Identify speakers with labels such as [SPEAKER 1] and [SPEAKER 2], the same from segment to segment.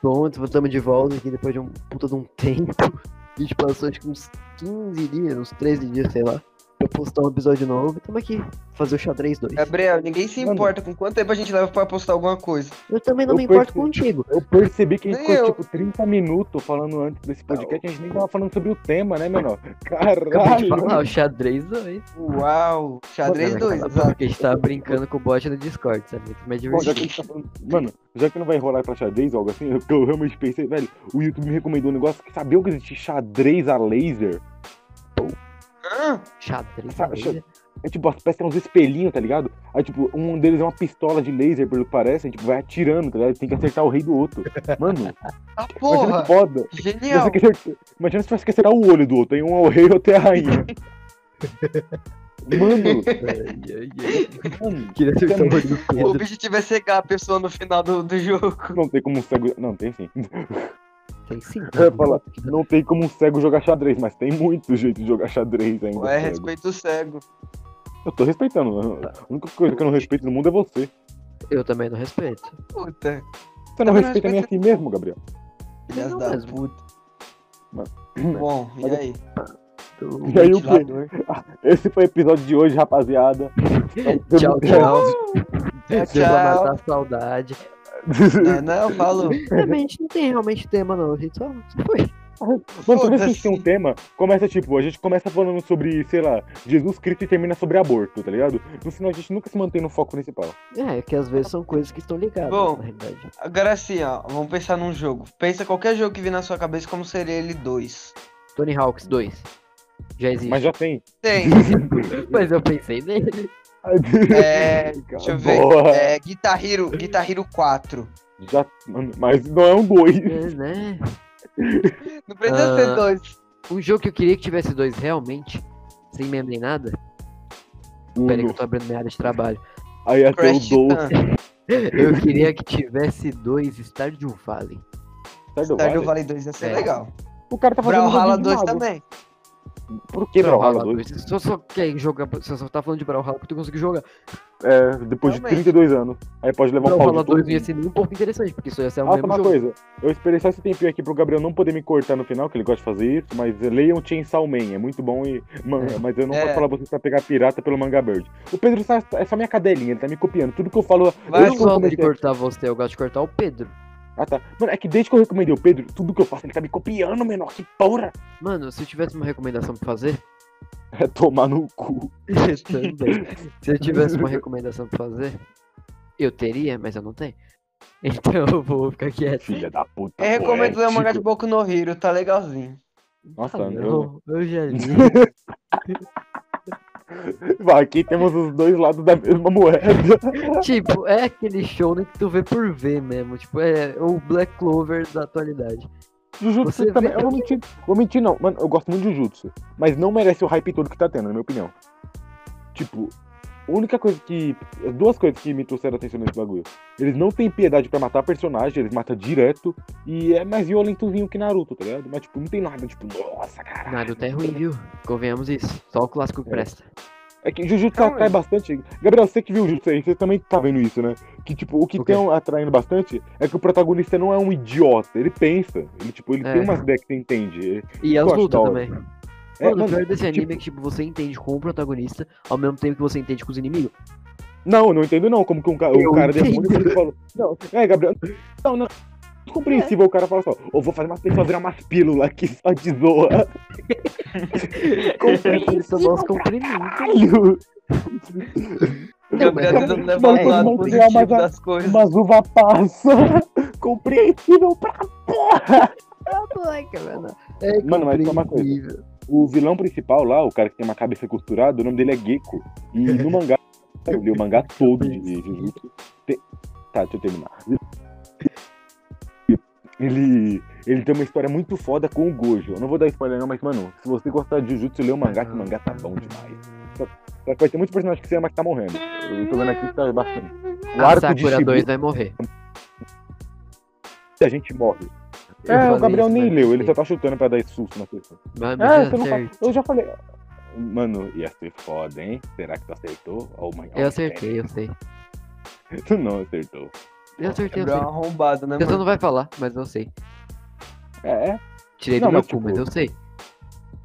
[SPEAKER 1] Pronto, estamos de volta aqui depois de um puta de um tempo. A gente passou acho que uns 15 dias, uns 13 dias, sei lá, pra postar um episódio novo. Estamos aqui, fazer o xadrez 2.
[SPEAKER 2] Gabriel, ninguém se
[SPEAKER 3] Mano.
[SPEAKER 2] importa com quanto tempo a gente leva pra postar alguma coisa.
[SPEAKER 1] Eu também não
[SPEAKER 3] eu
[SPEAKER 1] me importo
[SPEAKER 3] percebi.
[SPEAKER 1] contigo.
[SPEAKER 3] Eu percebi que a gente
[SPEAKER 2] Nem
[SPEAKER 3] ficou tipo 30 minutos falando antes desse podcast, a gente nem tava falando sobre o tema, né, menor?
[SPEAKER 1] Acabei de falar,
[SPEAKER 3] Caralho!
[SPEAKER 1] Ah, o xadrez 2
[SPEAKER 2] Uau! Xadrez
[SPEAKER 1] Não,
[SPEAKER 2] 2,
[SPEAKER 1] cara,
[SPEAKER 3] é
[SPEAKER 2] exato.
[SPEAKER 1] Porque a gente tava brincando com o bot no Discord, sabe? Muito mais
[SPEAKER 3] Bom, já que
[SPEAKER 1] divertido.
[SPEAKER 3] a gente tá falando... Mano, já que não vai rolar pra xadrez ou algo assim, eu- porque eu realmente pensei, velho, o YouTube me recomendou um negócio que sabia que existe xadrez a laser?
[SPEAKER 2] Hã?
[SPEAKER 1] Xadrez.
[SPEAKER 3] Sabe,
[SPEAKER 1] dois,
[SPEAKER 3] xad-
[SPEAKER 1] né?
[SPEAKER 3] É tipo, as peças têm uns espelhinhos, tá ligado? Aí, tipo, um deles é uma pistola de laser, pelo que parece, aí, tipo, vai atirando, tá ligado? Tem que acertar o rei do outro. Mano,
[SPEAKER 2] Ah,
[SPEAKER 3] imagina que
[SPEAKER 2] porra!
[SPEAKER 3] foda. Imagina
[SPEAKER 2] Genial!
[SPEAKER 3] se você acertar- Imagina se você quer acertar o olho do outro, tem um é o rei e outro é a rainha. Mano,
[SPEAKER 1] Ai, ai, ai.
[SPEAKER 3] mano,
[SPEAKER 1] Queria acertar o olho do
[SPEAKER 2] O
[SPEAKER 1] Pedro.
[SPEAKER 2] objetivo é cegar a pessoa no final do, do jogo.
[SPEAKER 3] não tem como um cego. Não, tem sim.
[SPEAKER 1] Tem sim.
[SPEAKER 3] Eu ia falar, não tem como um cego jogar xadrez, mas tem muito jeito de jogar xadrez ainda.
[SPEAKER 2] Ué,
[SPEAKER 3] cego.
[SPEAKER 2] É respeito o cego.
[SPEAKER 3] Eu tô respeitando. mano. A única coisa que eu não respeito no mundo é você.
[SPEAKER 1] Eu também não respeito.
[SPEAKER 2] Puta.
[SPEAKER 3] Você não
[SPEAKER 2] Eu não
[SPEAKER 3] respeita nem a si mesmo, Gabriel.
[SPEAKER 2] Filhas
[SPEAKER 1] não
[SPEAKER 2] da
[SPEAKER 1] mesmo.
[SPEAKER 2] puta.
[SPEAKER 3] Mano.
[SPEAKER 2] Bom, e aí?
[SPEAKER 1] Tu-
[SPEAKER 3] E aí é o quê?
[SPEAKER 2] Ventilador.
[SPEAKER 3] Esse foi o episódio de hoje, rapaziada.
[SPEAKER 1] Tchau, tchau. Vocês vão
[SPEAKER 2] tchau.
[SPEAKER 1] matar a saudade.
[SPEAKER 2] Não, não, falou.
[SPEAKER 1] Também a gente É, não tem realmente tema, não. A gente só só foi.
[SPEAKER 3] Mano, toda vez que a
[SPEAKER 2] Foda-se.
[SPEAKER 3] gente tem um tema, começa tipo, a gente começa falando sobre, sei lá, Jesus Cristo e termina sobre aborto, tá ligado? No final a gente nunca se mantém no foco principal.
[SPEAKER 1] É, que às vezes são coisas que estão ligadas,
[SPEAKER 2] Bom.
[SPEAKER 1] na realidade.
[SPEAKER 2] Agora sim, ó, vamos pensar num jogo. Pensa qualquer jogo que vir na sua cabeça, como seria ele 2.
[SPEAKER 1] Tony Hawks 2. Já existe. Mas,
[SPEAKER 3] Mas já tem.
[SPEAKER 2] Tem.
[SPEAKER 1] eu pensei né, nele.
[SPEAKER 2] É, deixa eu ver.
[SPEAKER 3] Boa.
[SPEAKER 2] É, Guitar Hero, Guitar Hero 4.
[SPEAKER 3] Já, mano, mas não é um dois.
[SPEAKER 1] É, né?
[SPEAKER 2] Não precisa
[SPEAKER 1] Ah.
[SPEAKER 2] ser dois.
[SPEAKER 1] Um jogo que eu queria que tivesse dois realmente, sem meme nem nada. Peraí que eu
[SPEAKER 3] Uno.
[SPEAKER 1] tô abrindo minha área de trabalho.
[SPEAKER 3] Aí é até o
[SPEAKER 2] Crash Ah,
[SPEAKER 3] dois.
[SPEAKER 2] Titan,
[SPEAKER 1] Eu queria que tivesse dois Stardew Valley.
[SPEAKER 3] Stardew
[SPEAKER 2] Stardew
[SPEAKER 3] Valley.
[SPEAKER 2] Valley 2 ia ser
[SPEAKER 1] É. um
[SPEAKER 2] legal.
[SPEAKER 3] O cara tá fazendo
[SPEAKER 2] Brawlhalla
[SPEAKER 3] joguinho
[SPEAKER 2] 2
[SPEAKER 3] de mago.
[SPEAKER 2] também.
[SPEAKER 3] Por que Brawlhalla 2?
[SPEAKER 1] dois. Só, só quer jogar, só, só tá falando de Brawlhalla porque tu conseguiu jogar.
[SPEAKER 3] É, depois de
[SPEAKER 2] Realmente.
[SPEAKER 3] 32 anos. Aí pode levar um pau
[SPEAKER 1] Brawlhalla
[SPEAKER 3] de
[SPEAKER 1] 2
[SPEAKER 3] tudo.
[SPEAKER 1] não ia ser nem um pouco interessante, porque isso ia ser o
[SPEAKER 3] Ah, só
[SPEAKER 1] mesmo
[SPEAKER 3] uma
[SPEAKER 1] jogo.
[SPEAKER 3] coisa. Eu esperei só esse tempinho aqui pro Gabriel não poder me cortar no final, que ele gosta de fazer isso, mas leiam Chainsaw Man, é muito bom e... Mano,
[SPEAKER 1] É.
[SPEAKER 3] Mas eu não
[SPEAKER 2] É.
[SPEAKER 3] posso falar pra vocês pra pegar pirata pelo Manga Bird. O Pedro tá, é só minha cadelinha, ele tá me copiando. Tudo que eu falo...
[SPEAKER 2] Vai,
[SPEAKER 1] Eu
[SPEAKER 3] desde que
[SPEAKER 1] não
[SPEAKER 3] eu
[SPEAKER 1] gosto de
[SPEAKER 3] comecei-
[SPEAKER 1] cortar você, eu gosto de cortar o Pedro.
[SPEAKER 3] Ah, tá. Mano, é que desde que eu recomendei o Pedro, tudo que eu faço ele tá me copiando, menor. Que porra!
[SPEAKER 1] Mano, se eu tivesse uma recomendação pra fazer.
[SPEAKER 3] É tomar no cu.
[SPEAKER 1] também. Se eu tivesse uma recomendação pra fazer, eu teria, mas eu não tenho. Então eu vou ficar quieto.
[SPEAKER 3] Filha da puta.
[SPEAKER 2] Eu recomendo ler é o mangá de Boku
[SPEAKER 3] poético.
[SPEAKER 2] no Hero, tá legalzinho.
[SPEAKER 3] Nossa,
[SPEAKER 1] Ah,
[SPEAKER 3] eu...
[SPEAKER 1] não, eu já li.
[SPEAKER 3] Vai, Aqui temos os dois lados da mesma moeda.
[SPEAKER 1] tipo, é aquele show né, que tu vê por ver mesmo. Tipo, é o Black Clover da atualidade.
[SPEAKER 3] Jujutsu
[SPEAKER 1] Você
[SPEAKER 3] também.
[SPEAKER 1] vê-
[SPEAKER 3] Eu vou mentir. Vou mentir, não. Mano, eu gosto muito de Jujutsu. Mas não merece o hype todo que tá tendo, na minha opinião. Tipo, a única coisa que. Duas coisas que me trouxeram atenção nesse bagulho. Eles não têm piedade pra matar personagem, eles matam direto. E é mais violentozinho que Naruto, tá ligado? Mas, tipo, não tem nada, tipo, nossa, caralho.
[SPEAKER 1] Naruto é ruim, viu? Convenhamos isso. Só o clássico que
[SPEAKER 3] É.
[SPEAKER 1] presta.
[SPEAKER 3] É que Jujutsu atrai bastante. Gabriel, você que viu Jujutsu aí, você também tá vendo isso, né? Que, tipo, o que
[SPEAKER 1] O quê?
[SPEAKER 3] tem um- atraindo bastante é que o protagonista não é um idiota. Ele pensa. Ele, tipo, ele
[SPEAKER 1] É.
[SPEAKER 3] tem umas ideias que você entende.
[SPEAKER 1] E as
[SPEAKER 3] Gosto
[SPEAKER 1] lutas
[SPEAKER 3] da hora.
[SPEAKER 1] também.
[SPEAKER 3] É,
[SPEAKER 1] mano, o
[SPEAKER 3] mano,
[SPEAKER 1] pior desse anime
[SPEAKER 3] tipo-
[SPEAKER 1] é que tipo, você entende com o protagonista ao mesmo tempo que você entende com os inimigos.
[SPEAKER 3] Não, não entendo não, como que um, ca...
[SPEAKER 1] Eu
[SPEAKER 3] um cara
[SPEAKER 1] entendo.
[SPEAKER 3] demônio ele falou. Não, é, Gabriel. Não, não. Compreensível o cara fala só, eu vou fazer uma pessoa virar umas pílulas que só te zoa.
[SPEAKER 1] Compreensível, nós compreendemos.
[SPEAKER 3] Caralho!
[SPEAKER 2] Gabriel
[SPEAKER 3] mas-
[SPEAKER 2] tentando levar
[SPEAKER 3] mas
[SPEAKER 2] o lado
[SPEAKER 3] vamos criar mais
[SPEAKER 2] positivo
[SPEAKER 3] a-
[SPEAKER 1] um
[SPEAKER 2] das coisas.
[SPEAKER 3] Umas uva passa. Compreensível pra porra!
[SPEAKER 1] Moleque, mano. É
[SPEAKER 3] Mano, mas só uma coisa.
[SPEAKER 1] compreensível.
[SPEAKER 3] O vilão principal lá, o cara que tem uma cabeça costurada, o nome dele é Gecko. E no mangá, eu li o mangá todo de de Jujutsu. Te- Tá, deixa eu terminar. Ele, ele tem uma história muito foda com o Gojo. Eu não vou dar spoiler não, mas, mano, se você gostar de Jujutsu, lê o mangá, que o mangá tá bom demais. Só que vai ter muitos personagens que você ama que tá morrendo. Eu tô vendo aqui que tá bastante. O
[SPEAKER 1] A
[SPEAKER 3] arco de
[SPEAKER 1] Ah, Sakura 2
[SPEAKER 3] Shibuya,
[SPEAKER 1] vai morrer.
[SPEAKER 3] a gente morre.
[SPEAKER 1] Eu
[SPEAKER 3] É, o
[SPEAKER 1] falei
[SPEAKER 3] Gabriel
[SPEAKER 1] isso, né?
[SPEAKER 3] nem
[SPEAKER 1] mas-
[SPEAKER 3] leu, ele só tá chutando pra dar esse susto na pessoa.
[SPEAKER 1] Mas,
[SPEAKER 3] Ah,
[SPEAKER 1] mas
[SPEAKER 3] você
[SPEAKER 1] eu,
[SPEAKER 3] não
[SPEAKER 1] acertei.
[SPEAKER 3] fa- eu já falei. Mano, ia ser foda, hein? Sério? Será que tu acertou? Oh, my...
[SPEAKER 1] eu acertei, eu sei.
[SPEAKER 3] Tu não acertou.
[SPEAKER 1] Eu acertei, eu
[SPEAKER 2] Gabriel é um
[SPEAKER 1] sei.
[SPEAKER 2] arrombado, né,
[SPEAKER 1] Você
[SPEAKER 2] mano?
[SPEAKER 1] não vai falar, mas eu sei.
[SPEAKER 3] É, é.
[SPEAKER 1] Tirei
[SPEAKER 3] Não,
[SPEAKER 1] do meu
[SPEAKER 3] mas,
[SPEAKER 1] cu,
[SPEAKER 3] tipo,
[SPEAKER 1] mas eu sei.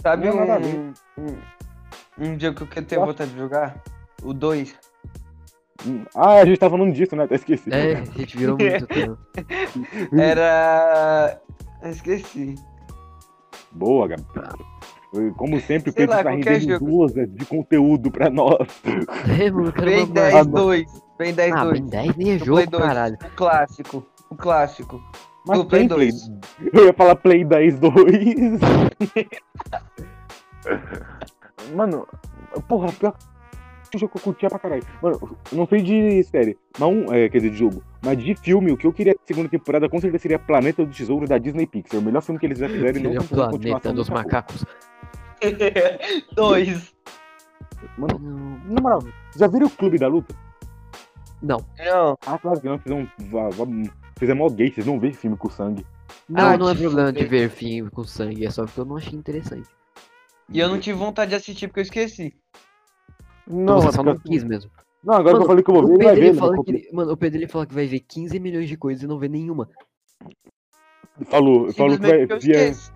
[SPEAKER 2] Sabe
[SPEAKER 3] Não, nada a ver.
[SPEAKER 2] um, um, um dia que eu tenho
[SPEAKER 3] Eu
[SPEAKER 2] vontade de jogar? O 2.
[SPEAKER 3] Hum, Ah, a gente tava falando disso, né? Até esqueci.
[SPEAKER 1] É, a gente virou muito tema. Hum.
[SPEAKER 2] Era. eu Esqueci.
[SPEAKER 3] Boa, Gabi. Foi, Como sempre,
[SPEAKER 2] Sei
[SPEAKER 3] o Pedro
[SPEAKER 2] lá,
[SPEAKER 3] tá
[SPEAKER 2] qualquer
[SPEAKER 3] rendendo
[SPEAKER 2] jogo.
[SPEAKER 3] duas de conteúdo pra nós.
[SPEAKER 1] É, mano, eu quero
[SPEAKER 2] Bem
[SPEAKER 1] mamar.
[SPEAKER 2] 10, 2. Bem 10,
[SPEAKER 1] Ah,
[SPEAKER 2] 2.
[SPEAKER 1] Ben 10 nem é
[SPEAKER 2] Do Play
[SPEAKER 1] jogo,
[SPEAKER 2] 2.
[SPEAKER 1] caralho.
[SPEAKER 2] O clássico. O clássico.
[SPEAKER 3] Mas
[SPEAKER 2] Do Play
[SPEAKER 3] tem Play
[SPEAKER 2] 2.
[SPEAKER 3] Eu ia falar Play 10 2. Mano, porra, pior que jogo que eu curtia pra caralho. Mano, eu não sei de série, não, é, quer dizer, de jogo, mas de filme, o que eu queria ter segunda temporada com certeza seria Planeta do Tesouro da Disney Pixar. O melhor filme que eles já fizeram e não
[SPEAKER 1] Seria
[SPEAKER 3] estão
[SPEAKER 1] o
[SPEAKER 3] fazendo continuação
[SPEAKER 1] é um planeta dos
[SPEAKER 3] nunca foi.
[SPEAKER 1] macacos.
[SPEAKER 2] 2.
[SPEAKER 1] Não,
[SPEAKER 3] Na moral, já viram o Clube da Luta?
[SPEAKER 1] Não.
[SPEAKER 2] Não.
[SPEAKER 3] Ah, claro que não, fizeram, vá- vá- fizeram mal gay, vocês não veem filme com sangue.
[SPEAKER 1] Não,
[SPEAKER 2] Ah,
[SPEAKER 1] não é
[SPEAKER 2] te
[SPEAKER 1] problema de
[SPEAKER 2] fudei.
[SPEAKER 1] ver filme com sangue, é só porque eu não achei interessante.
[SPEAKER 2] E eu não tive vontade de assistir porque eu esqueci.
[SPEAKER 3] Não,
[SPEAKER 1] Você
[SPEAKER 3] é
[SPEAKER 1] só
[SPEAKER 3] porque-
[SPEAKER 1] não quis mesmo.
[SPEAKER 3] não agora que eu
[SPEAKER 1] Mano,
[SPEAKER 3] falei que eu vou ver,
[SPEAKER 1] O
[SPEAKER 3] ele vai
[SPEAKER 1] Pedro,
[SPEAKER 3] ver.
[SPEAKER 1] ele
[SPEAKER 3] né?
[SPEAKER 1] fala que, ele- mano, o Pedro ele fala que vai ver 15 milhões de coisas e não vê nenhuma.
[SPEAKER 3] Falou, falou que
[SPEAKER 2] Simplesmente
[SPEAKER 3] vai
[SPEAKER 2] porque é eu
[SPEAKER 3] via-
[SPEAKER 2] esqueço.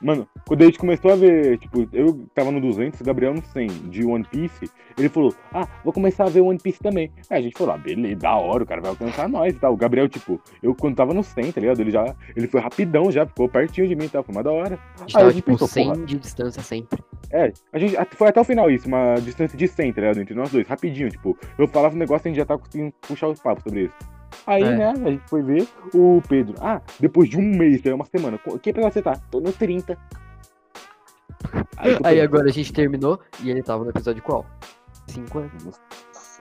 [SPEAKER 3] Mano, quando a gente começou a ver, tipo, eu tava no 200, o Gabriel no 100 de One Piece, ele falou, ah, vou começar a ver One Piece também. Aí a gente falou, ah, beleza, da hora, o cara vai alcançar nós e tal. O Gabriel, tipo, eu quando tava no 100, tá ligado? Ele já, ele foi rapidão já, ficou pertinho de mim e tal, foi uma da hora.
[SPEAKER 1] A gente
[SPEAKER 3] Ah,
[SPEAKER 1] tava
[SPEAKER 3] eu
[SPEAKER 1] tipo
[SPEAKER 3] pensou,
[SPEAKER 1] 100
[SPEAKER 3] porra.
[SPEAKER 1] de distância sempre.
[SPEAKER 3] É, a gente, a- foi até o final isso, uma distância de 100, tá ligado? Entre nós dois, rapidinho, tipo, eu falava um negócio e a gente já tava conseguindo puxar os papos sobre isso. Aí,
[SPEAKER 1] É.
[SPEAKER 3] né, a gente foi ver o Pedro. Ah, depois de um mês, tá ligado? uma semana. "Qu- Que episódio você tá? Tô no 30. eu
[SPEAKER 1] Aí
[SPEAKER 3] falei,
[SPEAKER 1] agora a gente terminou e ele tava no episódio qual? né? 50.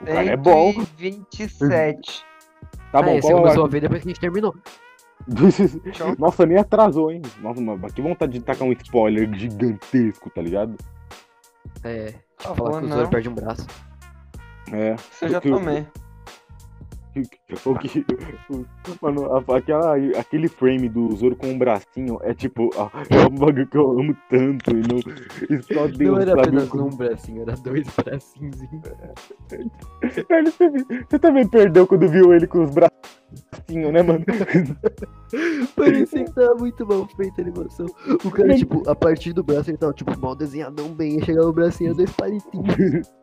[SPEAKER 3] O cara é bom.
[SPEAKER 2] 127.
[SPEAKER 3] Tá
[SPEAKER 1] ah,
[SPEAKER 3] bom,
[SPEAKER 1] é, você
[SPEAKER 3] qual é
[SPEAKER 1] começou
[SPEAKER 3] o...
[SPEAKER 1] a ver depois que a gente terminou.
[SPEAKER 2] Tchau.
[SPEAKER 3] Nossa, nem atrasou, hein? Nossa, mano, que vontade de tacar um spoiler gigantesco, tá ligado?
[SPEAKER 1] É, tipo, falar
[SPEAKER 2] Por favor,
[SPEAKER 1] que o
[SPEAKER 2] não.
[SPEAKER 1] Zoro perde um braço.
[SPEAKER 3] É.
[SPEAKER 2] Isso eu já tomei.
[SPEAKER 3] O que... Mano, a- aquela, aquele frame do Zoro com um bracinho é tipo, ó, é um bagulho que eu amo tanto e não. E só Deus
[SPEAKER 1] não era
[SPEAKER 3] sabe o
[SPEAKER 1] apenas
[SPEAKER 3] que-
[SPEAKER 1] um bracinho, era dois bracinhos.
[SPEAKER 3] Velho, Você, você também perdeu quando viu ele com os bracinhos, né, mano?
[SPEAKER 1] Parecia que tava muito mal feita a animação. O cara,
[SPEAKER 3] Ele-
[SPEAKER 1] tipo, a partir do braço ele tava, tipo, mal desenhadão bem. Ia chegar no bracinho, era dois palitinhos.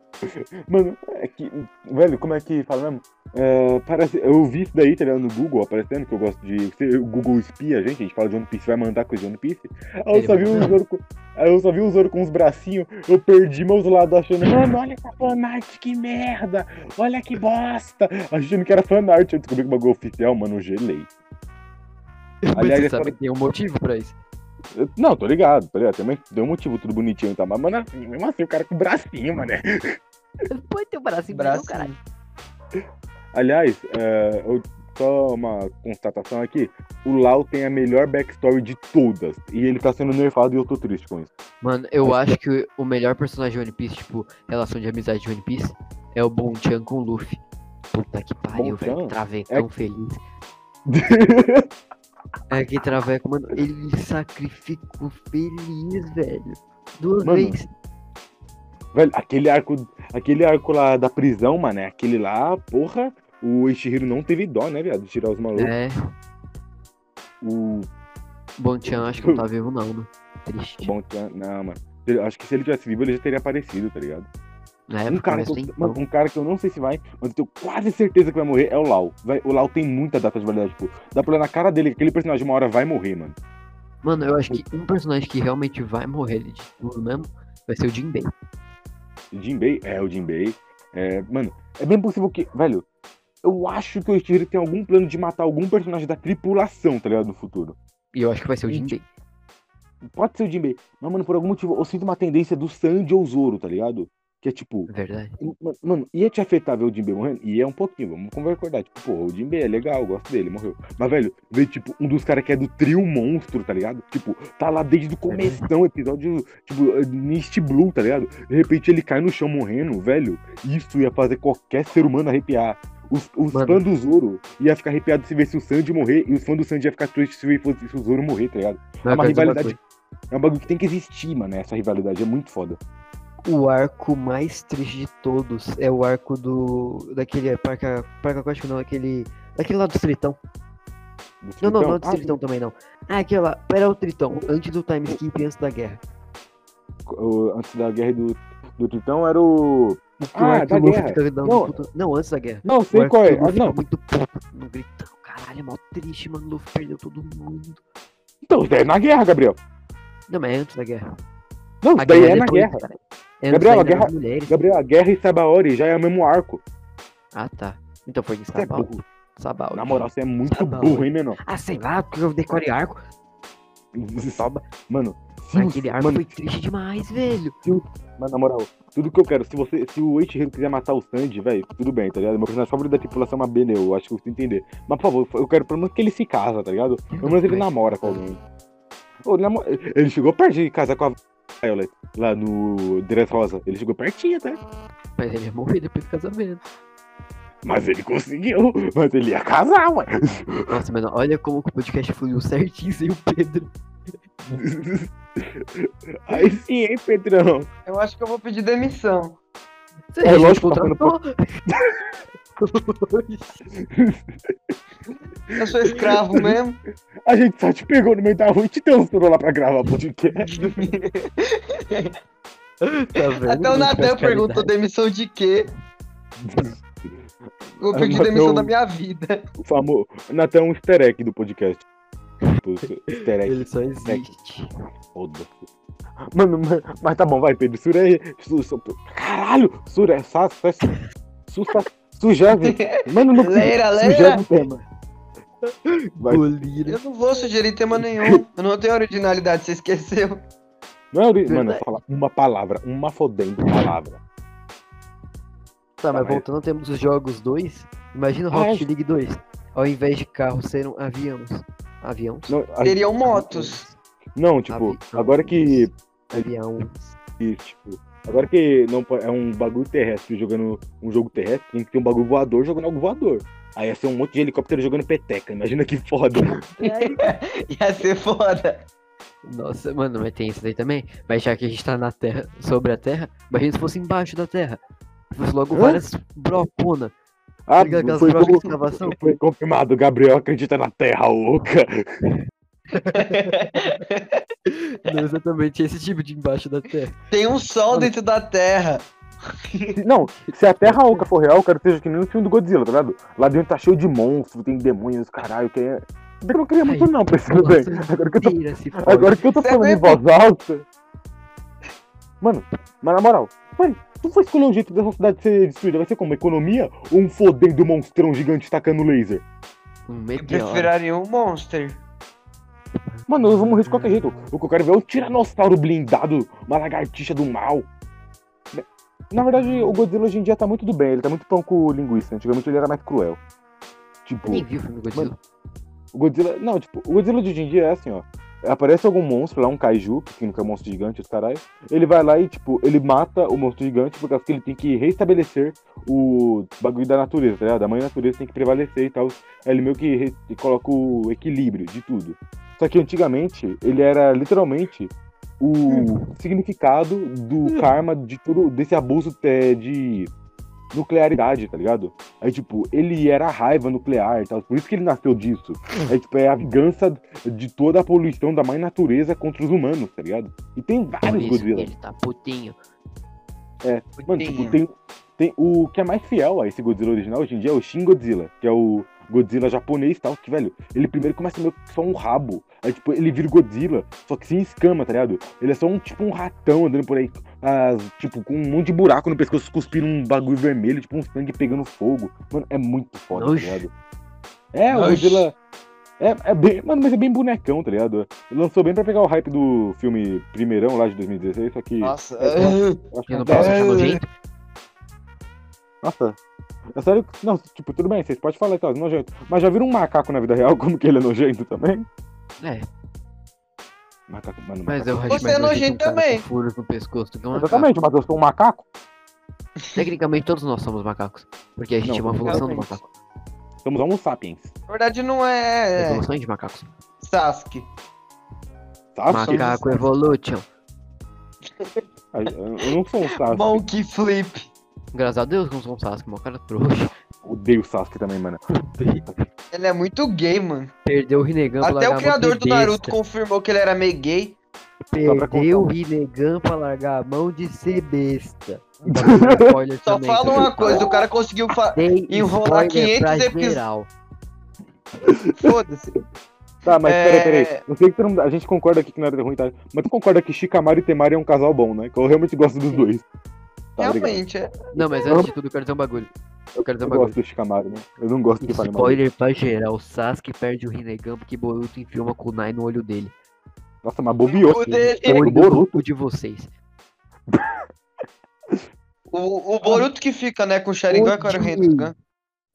[SPEAKER 3] Mano, é que. Velho, como é que fala mesmo? É, parece, eu vi isso daí, tá ligado? No Google, aparecendo, que eu gosto de. se O Google espia a gente, a gente fala de One Piece, vai mandar coisa de One Piece. Aí eu
[SPEAKER 1] Ele
[SPEAKER 3] só vi
[SPEAKER 1] manda.
[SPEAKER 3] o Zoro com. Aí eu só vi o Zoro com os bracinhos, eu perdi meus lados achando, mano, olha essa fanart, que merda! Olha que bosta! Achando que era fanart, eu descobri que o bagulho oficial, mano, eu gelei.
[SPEAKER 1] Mas
[SPEAKER 3] Aliás,
[SPEAKER 1] você
[SPEAKER 3] eu
[SPEAKER 1] sabe
[SPEAKER 3] falei-
[SPEAKER 1] que tem um motivo pra isso.
[SPEAKER 3] Eu- Não, tô ligado, tá ligado? Tem uma- Tem um motivo tudo bonitinho, tá? Mas, mano, assim, mesmo assim, o cara com bracinho, mano. é
[SPEAKER 1] Põe teu um bracinho, braço.
[SPEAKER 2] Braço.
[SPEAKER 1] caralho.
[SPEAKER 3] Aliás, é, eu- só uma constatação aqui. O Lau tem a melhor backstory de todas. E ele tá sendo nerfado e eu tô triste com isso.
[SPEAKER 1] Mano, eu acho que o melhor personagem de One Piece, tipo, relação de amizade de One Piece, é o Bonchan com o Luffy. Puta que pariu,
[SPEAKER 3] Bonchan?
[SPEAKER 1] velho. que Travecão feliz. É que Traveco, mano, ele sacrificou feliz, velho. Duas
[SPEAKER 3] Mano,
[SPEAKER 1] vezes.
[SPEAKER 3] Velho, aquele arco, aquele arco lá da prisão, mano, é aquele lá, porra. O Ishihiro não teve dó, né, viado? De tirar os malucos.
[SPEAKER 1] É,
[SPEAKER 3] O
[SPEAKER 1] Bonchan acho que não tá vivo, não, né? Triste.
[SPEAKER 3] bom, não, mano. Eu Acho que se ele tivesse vivo, ele já teria aparecido, tá ligado?
[SPEAKER 1] Na
[SPEAKER 3] um,
[SPEAKER 1] época,
[SPEAKER 3] cara
[SPEAKER 1] mas
[SPEAKER 3] que eu,
[SPEAKER 1] nem
[SPEAKER 3] mano, um cara que eu não sei se vai, mas eu tenho quase certeza que vai morrer é o Lau. Vai- o Lau tem muita data de validade, tipo, dá pra olhar na cara dele que aquele personagem uma hora vai morrer, mano.
[SPEAKER 1] Mano, eu acho que um personagem que realmente vai morrer de tudo mesmo vai ser o Jinbei.
[SPEAKER 3] O Jinbei, é, o Jinbei. É, mano, é bem possível que, velho, eu acho que o Ishiro tem algum plano de matar algum personagem da tripulação, tá ligado, no futuro.
[SPEAKER 1] E eu acho que vai ser o
[SPEAKER 3] Gente.
[SPEAKER 1] Jinbei.
[SPEAKER 3] Pode ser o Jinbei, mas, mano, por algum motivo, eu sinto uma tendência do Sanji ou Zoro, tá ligado? Que é tipo,
[SPEAKER 1] É verdade.
[SPEAKER 3] Mano, Mano, ia te afetar ver o Jinbei morrendo? Ia um pouquinho, vamos concordar. Tipo, pô, o Jinbei é legal, eu gosto dele, morreu. Mas, velho, ver, tipo, um dos caras que é do trio monstro, tá ligado? Tipo, tá lá desde o começão, episódio, tipo, Nist Blue, tá ligado? De repente ele cai no chão morrendo, velho. Isso ia fazer qualquer ser humano arrepiar. Os, os
[SPEAKER 1] Mano.
[SPEAKER 3] fãs do Zoro ia ficar arrepiado se visse o Sanji morrer, e os fãs do Sanji ia ficar triste se fosse- se o Zoro morrer, tá ligado?
[SPEAKER 1] Mas
[SPEAKER 3] É uma
[SPEAKER 1] eu quero dizer
[SPEAKER 3] rivalidade.
[SPEAKER 1] coisa.
[SPEAKER 3] É um bagulho que tem que existir, mano. Essa rivalidade é muito foda.
[SPEAKER 1] O arco mais triste de todos é o arco do. Daquele. Parque, parque aquático não, aquele. Daquele lá do Tritão.
[SPEAKER 3] Do
[SPEAKER 1] Não, não, não é do
[SPEAKER 3] Tritão? Ah,
[SPEAKER 1] Tritão também, não. Ah, aquele lá. Pera, o Tritão. Antes do time skip e antes da guerra.
[SPEAKER 3] Ah, o- antes da guerra do, do Tritão era o.
[SPEAKER 1] Que o
[SPEAKER 3] Ah,
[SPEAKER 1] Arthur
[SPEAKER 3] da
[SPEAKER 1] Luffy
[SPEAKER 3] guerra.
[SPEAKER 1] ficava dando
[SPEAKER 3] Não.
[SPEAKER 1] puta- não, antes da guerra.
[SPEAKER 3] Não,
[SPEAKER 1] O
[SPEAKER 3] sei
[SPEAKER 1] Arthur
[SPEAKER 3] qual é.
[SPEAKER 1] Luffy
[SPEAKER 3] Ah, não.
[SPEAKER 1] ficou muito puto, no gritão. Caralho, é mó triste, mano. O Luffy perdeu todo mundo.
[SPEAKER 3] Então, isso daí é na guerra, Gabriel.
[SPEAKER 1] Não, mas é antes da guerra.
[SPEAKER 3] Não,
[SPEAKER 1] A
[SPEAKER 3] isso daí é na
[SPEAKER 1] depois,
[SPEAKER 3] guerra.
[SPEAKER 1] cara. É antes
[SPEAKER 3] Gabriel,
[SPEAKER 1] ainda
[SPEAKER 3] a guerra-
[SPEAKER 1] das mulheres.
[SPEAKER 3] Gabriel, a guerra e Sabaori já é o mesmo arco.
[SPEAKER 1] Ah, tá. Então foi em
[SPEAKER 3] Você é
[SPEAKER 1] Sabal.
[SPEAKER 3] burro.
[SPEAKER 1] Sabal.
[SPEAKER 3] Na moral, você é muito
[SPEAKER 1] Sabaori.
[SPEAKER 3] burro, hein, menor?
[SPEAKER 1] Ah, sei lá, porque eu decorei arco.
[SPEAKER 3] Saba. Mano, se
[SPEAKER 1] Mas
[SPEAKER 3] o-
[SPEAKER 1] aquele arco
[SPEAKER 3] mano,
[SPEAKER 1] foi triste demais, velho.
[SPEAKER 3] Mas na moral, tudo que eu quero, se você. Se o Eiichiro quiser matar o Sandy, velho, tudo bem, tá ligado? Meu personagem favorito da tripulação é uma Bene, eu acho que eu consigo entender. Mas por favor, eu quero pelo menos que ele se casa, tá ligado? Pelo menos ele namora com alguém. Ô, ele namo- Ele chegou pertinho de casar com a Violet lá no Dress Rosa. Ele chegou pertinho, tá?
[SPEAKER 1] Mas ele ia morrer depois do casamento.
[SPEAKER 3] Mas ele conseguiu. Mas ele ia casar, ué.
[SPEAKER 1] Nossa, mano, olha como que o podcast fluiu certinho sem o Pedro.
[SPEAKER 3] Aí sim, hein, Pedrão?
[SPEAKER 2] Eu acho que eu vou pedir demissão.
[SPEAKER 1] Você
[SPEAKER 3] É,
[SPEAKER 1] já
[SPEAKER 3] lógico,
[SPEAKER 1] contratou? Tá
[SPEAKER 2] Eu sou escravo mesmo.
[SPEAKER 3] A gente só te pegou no meio da rua e te transformou lá pra gravar podcast.
[SPEAKER 1] Tá vendo?
[SPEAKER 2] Até o
[SPEAKER 1] Muito
[SPEAKER 2] Natan
[SPEAKER 1] mais
[SPEAKER 2] perguntou
[SPEAKER 1] qualidade.
[SPEAKER 2] demissão de quê? Vou
[SPEAKER 3] Ah,
[SPEAKER 2] pedir
[SPEAKER 3] Natan,
[SPEAKER 2] demissão
[SPEAKER 3] o-
[SPEAKER 2] da minha vida.
[SPEAKER 3] O famoso. Natan é um easter egg do podcast. Tipo, Easter egg.
[SPEAKER 1] Ele só existe.
[SPEAKER 3] Foda-se. Mano, mas, mas tá bom, vai, Pedro. Sure. Su, su, caralho! Sure. Sa, sa, su, sa, sugere. Mano, não
[SPEAKER 2] Leira, leira.
[SPEAKER 3] Sugere o
[SPEAKER 1] É,
[SPEAKER 3] tema. Vai.
[SPEAKER 1] Golira.
[SPEAKER 2] Eu não vou sugerir tema nenhum. Eu não tenho originalidade, você esqueceu.
[SPEAKER 3] Não é ori- Mano,
[SPEAKER 1] Verdade.
[SPEAKER 3] fala uma palavra. Uma fodendo palavra.
[SPEAKER 1] Tá, mas
[SPEAKER 3] mas-
[SPEAKER 1] voltando, temos os jogos 2. Imagina o
[SPEAKER 3] Ah,
[SPEAKER 1] Rocket
[SPEAKER 3] é.
[SPEAKER 1] League 2. Ao invés de carro, um serão aviões. Aviões?
[SPEAKER 3] Não, a-
[SPEAKER 2] Teriam motos.
[SPEAKER 3] não tipo,
[SPEAKER 1] Aviões.
[SPEAKER 3] agora que.
[SPEAKER 1] Aviões.
[SPEAKER 3] que, tipo, agora que não, po- é um bagulho terrestre jogando um jogo terrestre, tem que ter um bagulho voador jogando algo voador. Aí ia ser um monte de helicóptero jogando peteca. Imagina que foda.
[SPEAKER 2] Ia ser foda.
[SPEAKER 1] Nossa, mano, mas tem isso daí também. Mas já que a gente tá na Terra, sobre a Terra, imagina se fosse embaixo da Terra. Se Fosse logo
[SPEAKER 3] Hã?
[SPEAKER 1] várias bropona.
[SPEAKER 3] Ah,
[SPEAKER 1] Liga aquelas
[SPEAKER 3] foi,
[SPEAKER 1] brocas de
[SPEAKER 3] como-
[SPEAKER 1] escavação.
[SPEAKER 3] foi confirmado. Gabriel acredita na Terra Oca.
[SPEAKER 1] Não exatamente esse tipo de embaixo da Terra.
[SPEAKER 2] Tem um sol dentro da terra.
[SPEAKER 3] Não, se a Terra Oca for real, eu quero que seja que nem o filme do Godzilla, tá ligado? Lá dentro tá cheio de monstros, tem demônios, caralho, que é. Eu não queria muito
[SPEAKER 1] Ai,
[SPEAKER 3] não, pensando bem. Agora que eu tô,
[SPEAKER 1] Tira, se for.
[SPEAKER 3] agora que eu tô
[SPEAKER 2] Você
[SPEAKER 3] falando
[SPEAKER 2] vê,
[SPEAKER 3] em voz alta. Mano, mas na moral, mano, tu vai escolher um jeito dessa cidade ser destruída? Vai ser como? Economia ou um fodendo monstrão gigante tacando laser?
[SPEAKER 1] Um
[SPEAKER 2] Eu
[SPEAKER 1] meteoro.
[SPEAKER 2] preferiria um monster.
[SPEAKER 3] Mano, eu vou morrer de qualquer jeito. O que eu quero ver é um tiranossauro blindado, uma lagartixa do mal. Na verdade, o Godzilla hoje em dia tá muito do bem, ele tá muito pão com linguiça. Antigamente ele era mais cruel. Tipo,
[SPEAKER 1] Eu nem vi o filme Godzilla.
[SPEAKER 3] o Godzilla. Não, tipo, o Godzilla de hoje em dia é assim, ó. Aparece algum monstro lá, um kaiju, que nunca é um monstro gigante, os caralho. Ele vai lá e, tipo, ele mata o monstro gigante por causa que ele tem que restabelecer o bagulho da natureza, tá ligado? A mãe natureza tem que prevalecer e tal. Aí ele meio que re- coloca o equilíbrio de tudo. Só que antigamente, ele era literalmente o significado do karma de tudo, desse abuso é, de nuclearidade, tá ligado? Aí, tipo, ele era a raiva nuclear e tal, por isso que ele nasceu disso. É, tipo, é a vingança de toda a poluição da mãe natureza contra os humanos, tá ligado? E tem
[SPEAKER 1] Por isso
[SPEAKER 3] vários
[SPEAKER 1] que
[SPEAKER 3] Godzilla.
[SPEAKER 1] ele tá putinho.
[SPEAKER 3] Mano, tipo, tem, tem o que é mais fiel a esse Godzilla original hoje em dia é o Shin Godzilla, que é o Godzilla japonês e tal, que, velho, ele primeiro começa meio que só um rabo. Aí, tipo, ele vira o Godzilla, só que sem escama, tá ligado? Ele é só um, tipo, um ratão andando por aí, ah, tipo, com um monte de buraco no pescoço, cuspindo um bagulho vermelho, tipo, um sangue pegando fogo. Mano, é muito foda,
[SPEAKER 1] Nojo.
[SPEAKER 3] tá ligado? É, o
[SPEAKER 2] Nojo.
[SPEAKER 3] Godzilla... É, é bem, mano, mas é bem bonecão, tá ligado? Ele lançou bem pra pegar o hype do filme primeirão lá de 2016, só que...
[SPEAKER 2] Nossa.
[SPEAKER 1] É,
[SPEAKER 3] eu acho que
[SPEAKER 1] Eu não
[SPEAKER 3] dá-
[SPEAKER 1] posso achar
[SPEAKER 2] É.
[SPEAKER 1] nojento.
[SPEAKER 3] nossa, é sério que. Não, tipo, tudo bem, vocês podem falar e tal, nojento. Mas já viram um macaco na vida real, como que ele é nojento também?
[SPEAKER 1] É,
[SPEAKER 3] Macaco, mano.
[SPEAKER 1] mas
[SPEAKER 3] macaco.
[SPEAKER 1] eu acho
[SPEAKER 2] Você
[SPEAKER 1] mais
[SPEAKER 2] é nojento
[SPEAKER 1] um cara com
[SPEAKER 2] também.
[SPEAKER 1] furos no pescoço do que um macaco.
[SPEAKER 3] Exatamente, mas eu sou um macaco.
[SPEAKER 1] Tecnicamente todos nós somos macacos. Porque a gente
[SPEAKER 3] Não,
[SPEAKER 1] é uma evolução do
[SPEAKER 2] realmente.
[SPEAKER 1] macaco.
[SPEAKER 3] Somos homo sapiens.
[SPEAKER 2] Na verdade, não
[SPEAKER 1] É.
[SPEAKER 2] é.
[SPEAKER 1] Evoluções de macacos.
[SPEAKER 2] Sasuke.
[SPEAKER 3] Sabe?
[SPEAKER 1] Macaco Evolution.
[SPEAKER 3] Eu eu não sou um Sasuke.
[SPEAKER 2] Monkey Flip.
[SPEAKER 1] Graças a Deus que não sou um Sasuke, meu cara assim, trouxa.
[SPEAKER 3] Odeio o Sasuke também, mano.
[SPEAKER 2] Ele é muito gay, mano.
[SPEAKER 1] Perdeu o Rinnegan pra largar
[SPEAKER 2] Até o
[SPEAKER 1] a mão
[SPEAKER 2] criador
[SPEAKER 1] de
[SPEAKER 2] do Naruto
[SPEAKER 1] besta.
[SPEAKER 2] confirmou que ele era meio gay.
[SPEAKER 3] pra
[SPEAKER 1] Perdeu o
[SPEAKER 3] contar.
[SPEAKER 1] Rinnegan pra largar a mão de ser besta. Tá dando spoiler
[SPEAKER 2] Só
[SPEAKER 1] também,
[SPEAKER 2] fala
[SPEAKER 1] tá
[SPEAKER 2] uma
[SPEAKER 1] dando
[SPEAKER 2] coisa, o
[SPEAKER 1] spoiler.
[SPEAKER 2] cara conseguiu fa...
[SPEAKER 1] Dei
[SPEAKER 2] enrolar
[SPEAKER 1] spoiler pra
[SPEAKER 2] 500 episódios.
[SPEAKER 1] geral.
[SPEAKER 2] Foda-se.
[SPEAKER 3] Tá, mas
[SPEAKER 2] É.
[SPEAKER 3] peraí, peraí. Eu sei que tu não- a gente concorda aqui que nada é ruim, tá? Mas tu concorda que Shikamaru e Temari é um casal bom, né? Que eu realmente gosto dos dois. Tá, obrigado.
[SPEAKER 2] Realmente, é.
[SPEAKER 1] Não, mas antes de tudo, eu quero dizer um bagulho. Eu quero dizer
[SPEAKER 3] Eu
[SPEAKER 1] um bagulho.
[SPEAKER 3] gosto do Shikamaru, né? Eu não gosto que fale mal.
[SPEAKER 1] Spoiler pra geral, Sasuke perde o Rinnegan porque Boruto enfia uma kunai no olho dele.
[SPEAKER 3] Nossa, mas bobeou.
[SPEAKER 2] O dele-
[SPEAKER 1] Olho
[SPEAKER 3] O
[SPEAKER 1] do
[SPEAKER 3] Boruto.
[SPEAKER 1] Boruto de vocês.
[SPEAKER 2] O, o Boruto que fica, né, com o Sharingan, que era o
[SPEAKER 1] Odiei.
[SPEAKER 2] Rinnegan.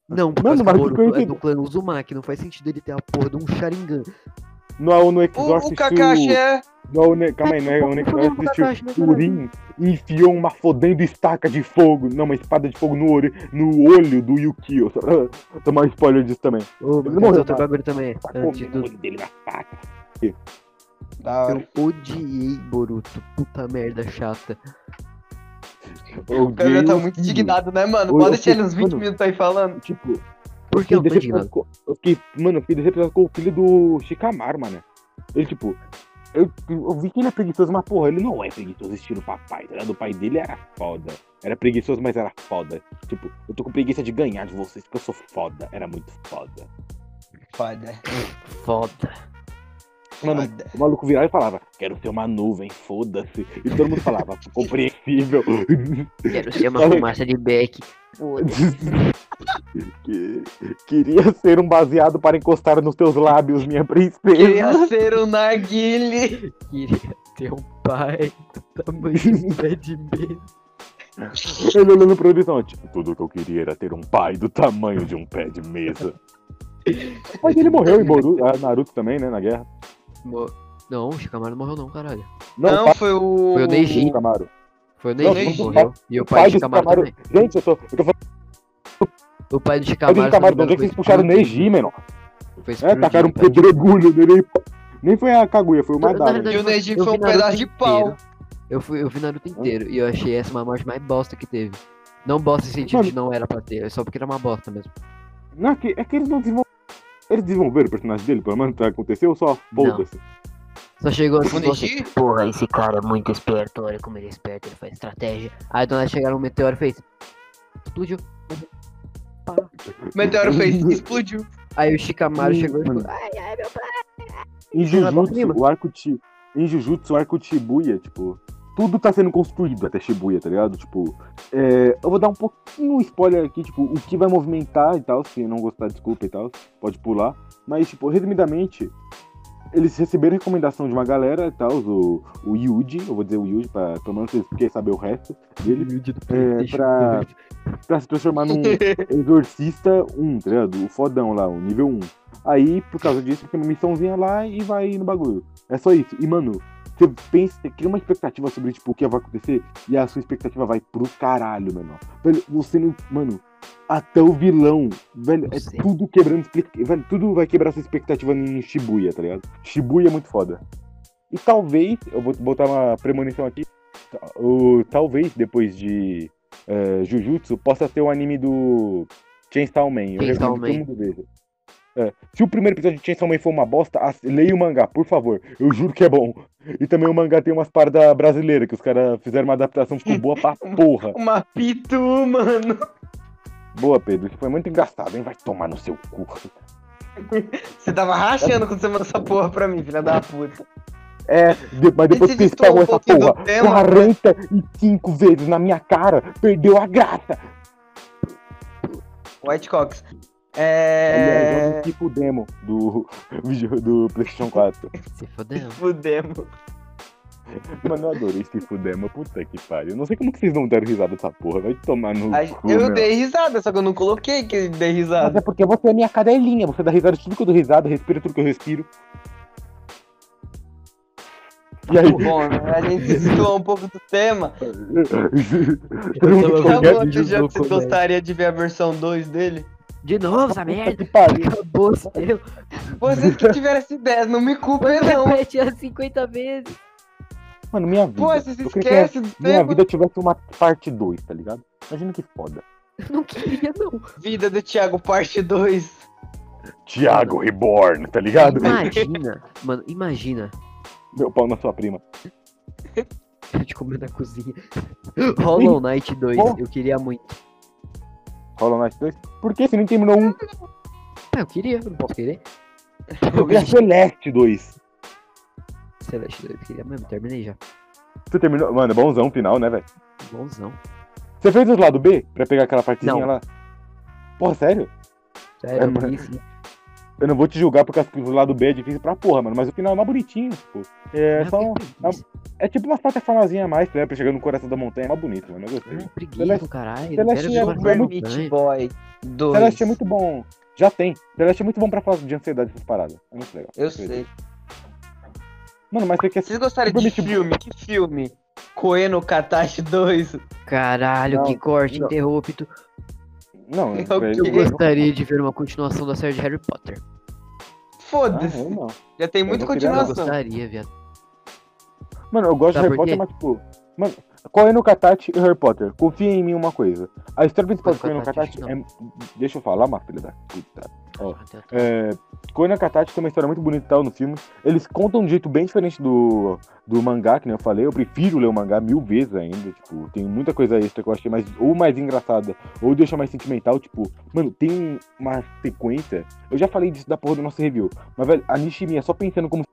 [SPEAKER 1] Não, porque
[SPEAKER 3] Mano,
[SPEAKER 1] o
[SPEAKER 3] mas eu
[SPEAKER 1] Boruto é
[SPEAKER 3] entendi.
[SPEAKER 1] do clã Uzumaki, não faz sentido ele ter a porra de um Sharingan.
[SPEAKER 3] No, no
[SPEAKER 2] O,
[SPEAKER 3] Exorcist,
[SPEAKER 2] o Kakashi
[SPEAKER 3] o-
[SPEAKER 2] é...
[SPEAKER 3] No, né, calma aí, não é o
[SPEAKER 1] Problema com o
[SPEAKER 3] Exorcist,
[SPEAKER 1] Kakashi, né,
[SPEAKER 3] o
[SPEAKER 1] caralho?
[SPEAKER 3] Urim enfiou uma fodendo estaca de fogo, não, uma espada de fogo no olho, no olho do Yukio. Só pra Tomar um spoiler disso também.
[SPEAKER 1] Ô,
[SPEAKER 3] Ele
[SPEAKER 1] mas
[SPEAKER 3] morreu,
[SPEAKER 1] outro
[SPEAKER 3] tá?
[SPEAKER 1] bagulho também.
[SPEAKER 3] Tacou
[SPEAKER 1] Antes de
[SPEAKER 3] o
[SPEAKER 1] tudo,
[SPEAKER 3] olho dele na faca.
[SPEAKER 2] Da
[SPEAKER 3] tá?
[SPEAKER 2] hora.
[SPEAKER 1] eu odiei Boruto. Puta merda chata.
[SPEAKER 3] O
[SPEAKER 2] O cara já tá muito indignado, né, mano?
[SPEAKER 3] Ô,
[SPEAKER 2] Pode
[SPEAKER 3] eu
[SPEAKER 2] deixar ele
[SPEAKER 3] fico-
[SPEAKER 2] uns 20
[SPEAKER 3] mano.
[SPEAKER 2] minutos aí falando.
[SPEAKER 3] Tipo,
[SPEAKER 1] Por que
[SPEAKER 3] fiquei
[SPEAKER 1] eu tô
[SPEAKER 3] decepcionado
[SPEAKER 1] indignado?
[SPEAKER 3] com, eu fiquei, mano, eu fiquei decepcionado com o filho do Shikamaru, mano. Ele, tipo, eu, eu vi que ele é preguiçoso, mas porra, ele não é preguiçoso estilo papai, tá ligado? O pai dele era foda. Era preguiçoso, mas era foda. Tipo, eu tô com preguiça de ganhar de vocês, porque eu sou foda. Era muito foda.
[SPEAKER 2] Foda.
[SPEAKER 1] Foda.
[SPEAKER 3] Mano,
[SPEAKER 2] Foda.
[SPEAKER 3] O maluco virava e falava, quero ser uma nuvem, foda-se. E todo mundo falava, compreensível.
[SPEAKER 1] Quero ser uma
[SPEAKER 3] Olha-
[SPEAKER 1] fumaça de Beck.
[SPEAKER 3] Que- Queria ser um baseado para encostar nos teus lábios, minha princesa.
[SPEAKER 2] Queria ser o Narguile.
[SPEAKER 1] Queria ter um pai do tamanho de um pé de besta.
[SPEAKER 3] Ele olhando pro horizonte. Tudo que eu queria era ter um pai do tamanho de um pé de mesa. Mas ele morreu em Boru... ah, Naruto também, né? Na guerra.
[SPEAKER 1] Mo- Não, o Shikamaru não morreu não, caralho.
[SPEAKER 2] Não, foi o...
[SPEAKER 1] Foi o Neji.
[SPEAKER 3] o Camaro.
[SPEAKER 1] Foi o
[SPEAKER 3] Não,
[SPEAKER 1] Neji que
[SPEAKER 2] foi o-
[SPEAKER 1] morreu. E o pai do Shikamaru também.
[SPEAKER 3] Gente, eu tô, eu tô falando
[SPEAKER 1] O pai do
[SPEAKER 3] do
[SPEAKER 1] Shikamaru...
[SPEAKER 3] Shikamaru, de onde é que vocês puxaram o Neji, mano? É, tacaram um
[SPEAKER 1] tá
[SPEAKER 3] pedregulho nele. e pá. Nem foi a Kaguya, foi o
[SPEAKER 1] Na
[SPEAKER 3] Madara.
[SPEAKER 1] verdade,
[SPEAKER 2] E o Neji
[SPEAKER 1] eu
[SPEAKER 2] foi
[SPEAKER 1] vi
[SPEAKER 2] um
[SPEAKER 1] Naruto
[SPEAKER 2] pedaço de pau.
[SPEAKER 1] inteiro. Eu, fui, eu vi Naruto inteiro e eu achei essa uma morte mais bosta que teve. Não bosta em sentido
[SPEAKER 3] Mano.
[SPEAKER 1] de não era pra ter, é só porque era uma bosta mesmo.
[SPEAKER 3] Não, é que, é que eles não desenvolveram. Eles desenvolveram o personagem dele, pelo menos tá, aconteceu, só foda-se.
[SPEAKER 1] Só chegou assim,
[SPEAKER 2] O
[SPEAKER 1] falou assim,
[SPEAKER 2] Neji?
[SPEAKER 1] porra, esse cara é muito esperto, olha como ele é esperto, ele faz estratégia. Aí do nada chegaram um meteoro e fez. Explodiu.
[SPEAKER 2] O Meteoro fez... Explodiu.
[SPEAKER 1] Aí o Shikamaru
[SPEAKER 3] Hum,
[SPEAKER 1] chegou e
[SPEAKER 3] mano.
[SPEAKER 1] falou, ai, ai, meu pai.
[SPEAKER 3] Em
[SPEAKER 1] Ela é
[SPEAKER 3] Jujutsu,
[SPEAKER 1] prima.
[SPEAKER 3] o arco de, em Jujutsu, o arco de Shibuya, tipo, tudo tá sendo construído até Shibuya, tá ligado? Tipo, é, eu vou dar um pouquinho spoiler aqui, tipo, o que vai movimentar e tal, se não gostar, desculpa e tal, pode pular. Mas, tipo, resumidamente, eles receberam recomendação de uma galera e tal, o, o Yuji, eu vou dizer o Yuji, pra, pelo menos vocês querem saber o resto dele. É, pra, pra se transformar num exorcista 1, tá ligado? O fodão lá, o nível 1. Aí, por causa disso, tem uma missãozinha lá e vai no bagulho. É só isso. E, mano, você pensa, você cria uma expectativa sobre, tipo, o que vai acontecer e a sua expectativa vai pro caralho, mano. Velho, você não. Mano, até o vilão, velho, é
[SPEAKER 1] Sim.
[SPEAKER 3] tudo quebrando. expect- Velho, tudo vai quebrar sua expectativa em Shibuya, tá ligado? Shibuya é muito foda. E talvez, eu vou botar uma premonição aqui. ta- O, talvez depois de eh, Jujutsu possa ter o anime do Chainsaw Man. Eu
[SPEAKER 1] Chainsaw
[SPEAKER 3] recomendo que
[SPEAKER 1] Man.
[SPEAKER 3] todo mundo veja. É, se o primeiro episódio de Chainsaw Man for uma bosta, ass- leia o mangá, por favor. Eu juro que é bom. E também o mangá tem umas paradas brasileiras, que os caras fizeram uma adaptação, ficou boa pra porra.
[SPEAKER 2] Uma pitu, mano.
[SPEAKER 3] Boa, Pedro. Isso foi muito engraçado, hein? Vai tomar no seu cu.
[SPEAKER 2] Você tava rachando quando você mandou essa porra pra mim, filha da puta.
[SPEAKER 3] É, de- mas depois
[SPEAKER 2] Esse
[SPEAKER 3] que
[SPEAKER 2] distoa
[SPEAKER 3] estavam
[SPEAKER 2] um
[SPEAKER 3] essa
[SPEAKER 2] pouquinho do
[SPEAKER 3] porra
[SPEAKER 2] tema.
[SPEAKER 3] 45 vezes na minha cara, perdeu a graça.
[SPEAKER 2] White Cox.
[SPEAKER 3] Aliás,
[SPEAKER 2] É...
[SPEAKER 3] é um tipo demo do, vídeo do PlayStation 4.
[SPEAKER 1] Se fodeu.
[SPEAKER 2] Fudemos.
[SPEAKER 3] Mano, eu adorei esse tipo demo. Puta que pariu. Eu Não sei como que vocês não deram risada dessa porra. Vai tomar no
[SPEAKER 2] Ai,
[SPEAKER 3] cu,
[SPEAKER 2] Eu
[SPEAKER 3] meu.
[SPEAKER 2] dei risada, só que eu não coloquei que dei
[SPEAKER 3] Mas
[SPEAKER 2] risada.
[SPEAKER 3] é porque você é minha cadelinha. Você dá risada de tudo que eu dou risada, respira tudo que eu respiro. E aí?
[SPEAKER 2] Bom, né, a gente se situou um pouco do tema.
[SPEAKER 3] Todo mundo
[SPEAKER 1] tava
[SPEAKER 3] qualquer-
[SPEAKER 2] Sabe
[SPEAKER 1] Qualquer
[SPEAKER 2] outro
[SPEAKER 1] vídeo do
[SPEAKER 2] jogo
[SPEAKER 3] né?
[SPEAKER 2] que você
[SPEAKER 1] Conan.
[SPEAKER 2] gostaria de ver a versão 2 dele?
[SPEAKER 1] De novo essa
[SPEAKER 3] Puta
[SPEAKER 1] merda.
[SPEAKER 3] que pariu.
[SPEAKER 1] Acabou, se deu.
[SPEAKER 2] Vocês que tiveram essa ideia, não me culpem não.
[SPEAKER 1] Repete as 50 vezes.
[SPEAKER 3] Mano, minha vida.
[SPEAKER 2] Pô, vocês
[SPEAKER 3] eu queria que a
[SPEAKER 2] esquecem do
[SPEAKER 3] minha
[SPEAKER 2] tempo. Vida...
[SPEAKER 3] vida tivesse uma parte 2, tá ligado? Imagina que foda.
[SPEAKER 1] Eu não queria, não.
[SPEAKER 2] do Thiago, parte 2.
[SPEAKER 3] Thiago Reborn, tá ligado?
[SPEAKER 1] Imagina, mano, imagina.
[SPEAKER 3] Meu pau na sua prima.
[SPEAKER 1] Eu te comer na cozinha. Hollow Knight 2,
[SPEAKER 3] Bom.
[SPEAKER 1] eu queria muito.
[SPEAKER 3] Hollow Knight 2. Por que você não terminou um?
[SPEAKER 1] Ah, eu queria, eu não posso querer.
[SPEAKER 3] Eu vi a Celeste 2.
[SPEAKER 1] Celeste 2, eu queria mesmo, terminei já.
[SPEAKER 3] Você terminou. Mano, é bonzão o final, né, velho?
[SPEAKER 1] Bonzão.
[SPEAKER 3] Você fez os lado B pra pegar aquela partezinha
[SPEAKER 1] Não.
[SPEAKER 3] lá? Porra, sério?
[SPEAKER 1] Sério,
[SPEAKER 3] É,
[SPEAKER 1] eu
[SPEAKER 3] mano.
[SPEAKER 1] fiz-
[SPEAKER 3] Eu não vou te julgar porque as coisas do lado B é difícil pra porra, mano. Mas o final é mais bonitinho, pô. É,
[SPEAKER 1] Ah,
[SPEAKER 3] só um-
[SPEAKER 1] que preguiça.
[SPEAKER 3] é tipo uma plataformazinha a mais, né? Pra chegar no coração da montanha. É mais bonito, mano. Eu gostei.
[SPEAKER 1] Ah, preguiça
[SPEAKER 3] Celeste-
[SPEAKER 1] do caralho. não
[SPEAKER 3] Celeste
[SPEAKER 1] quero
[SPEAKER 3] é
[SPEAKER 1] ver uma
[SPEAKER 3] Super
[SPEAKER 1] coisa
[SPEAKER 2] Meat
[SPEAKER 1] estranha.
[SPEAKER 2] Boy 2.
[SPEAKER 3] Celeste é muito bom. Já tem. Celeste é muito bom pra falar de ansiedade essas paradas. É muito legal.
[SPEAKER 2] Eu sei.
[SPEAKER 3] Mano, mas Tipo, você quer.
[SPEAKER 2] Vocês gostaram
[SPEAKER 3] Super
[SPEAKER 2] de
[SPEAKER 3] Meat Boy.
[SPEAKER 2] filme? Que filme? Coeno Katashi 2.
[SPEAKER 1] Caralho,
[SPEAKER 3] Não,
[SPEAKER 1] que corte
[SPEAKER 3] não.
[SPEAKER 1] interrupto.
[SPEAKER 3] Não,
[SPEAKER 2] Eu
[SPEAKER 3] velho,
[SPEAKER 1] Eu
[SPEAKER 2] É Que-
[SPEAKER 1] gostaria de ver uma continuação da série de Harry Potter.
[SPEAKER 3] Ah, eu
[SPEAKER 2] Foda-se.
[SPEAKER 3] não.
[SPEAKER 2] Já tem
[SPEAKER 3] Eu
[SPEAKER 2] muita
[SPEAKER 3] não queria não.
[SPEAKER 1] Eu
[SPEAKER 2] continuação.
[SPEAKER 1] gostaria, viado.
[SPEAKER 3] Mano, eu gosto
[SPEAKER 1] Sabe
[SPEAKER 3] de Harry
[SPEAKER 1] por quê?
[SPEAKER 3] Potter, mas tipo. Mano, Coen no Katati e Harry Potter. Confia em mim uma coisa. A história principal do Coen
[SPEAKER 1] Coen
[SPEAKER 3] no
[SPEAKER 1] no
[SPEAKER 3] Katati
[SPEAKER 1] Katati,
[SPEAKER 3] é. Deixa eu falar, uma filha da puta. Ó,
[SPEAKER 1] Ah, Deus.
[SPEAKER 3] É, Koen Akatachi tem uma história muito bonita e tal no filme. Eles contam de um jeito bem diferente do, do mangá, que nem eu falei. Eu prefiro ler o mangá mil vezes ainda. Tipo, tem muita coisa extra que eu achei mais, ou mais engraçada, ou deixa mais sentimental. Tipo, mano, tem uma sequência. Eu já falei disso da porra do nosso review. Mas, velho, a Nishimiya só pensando como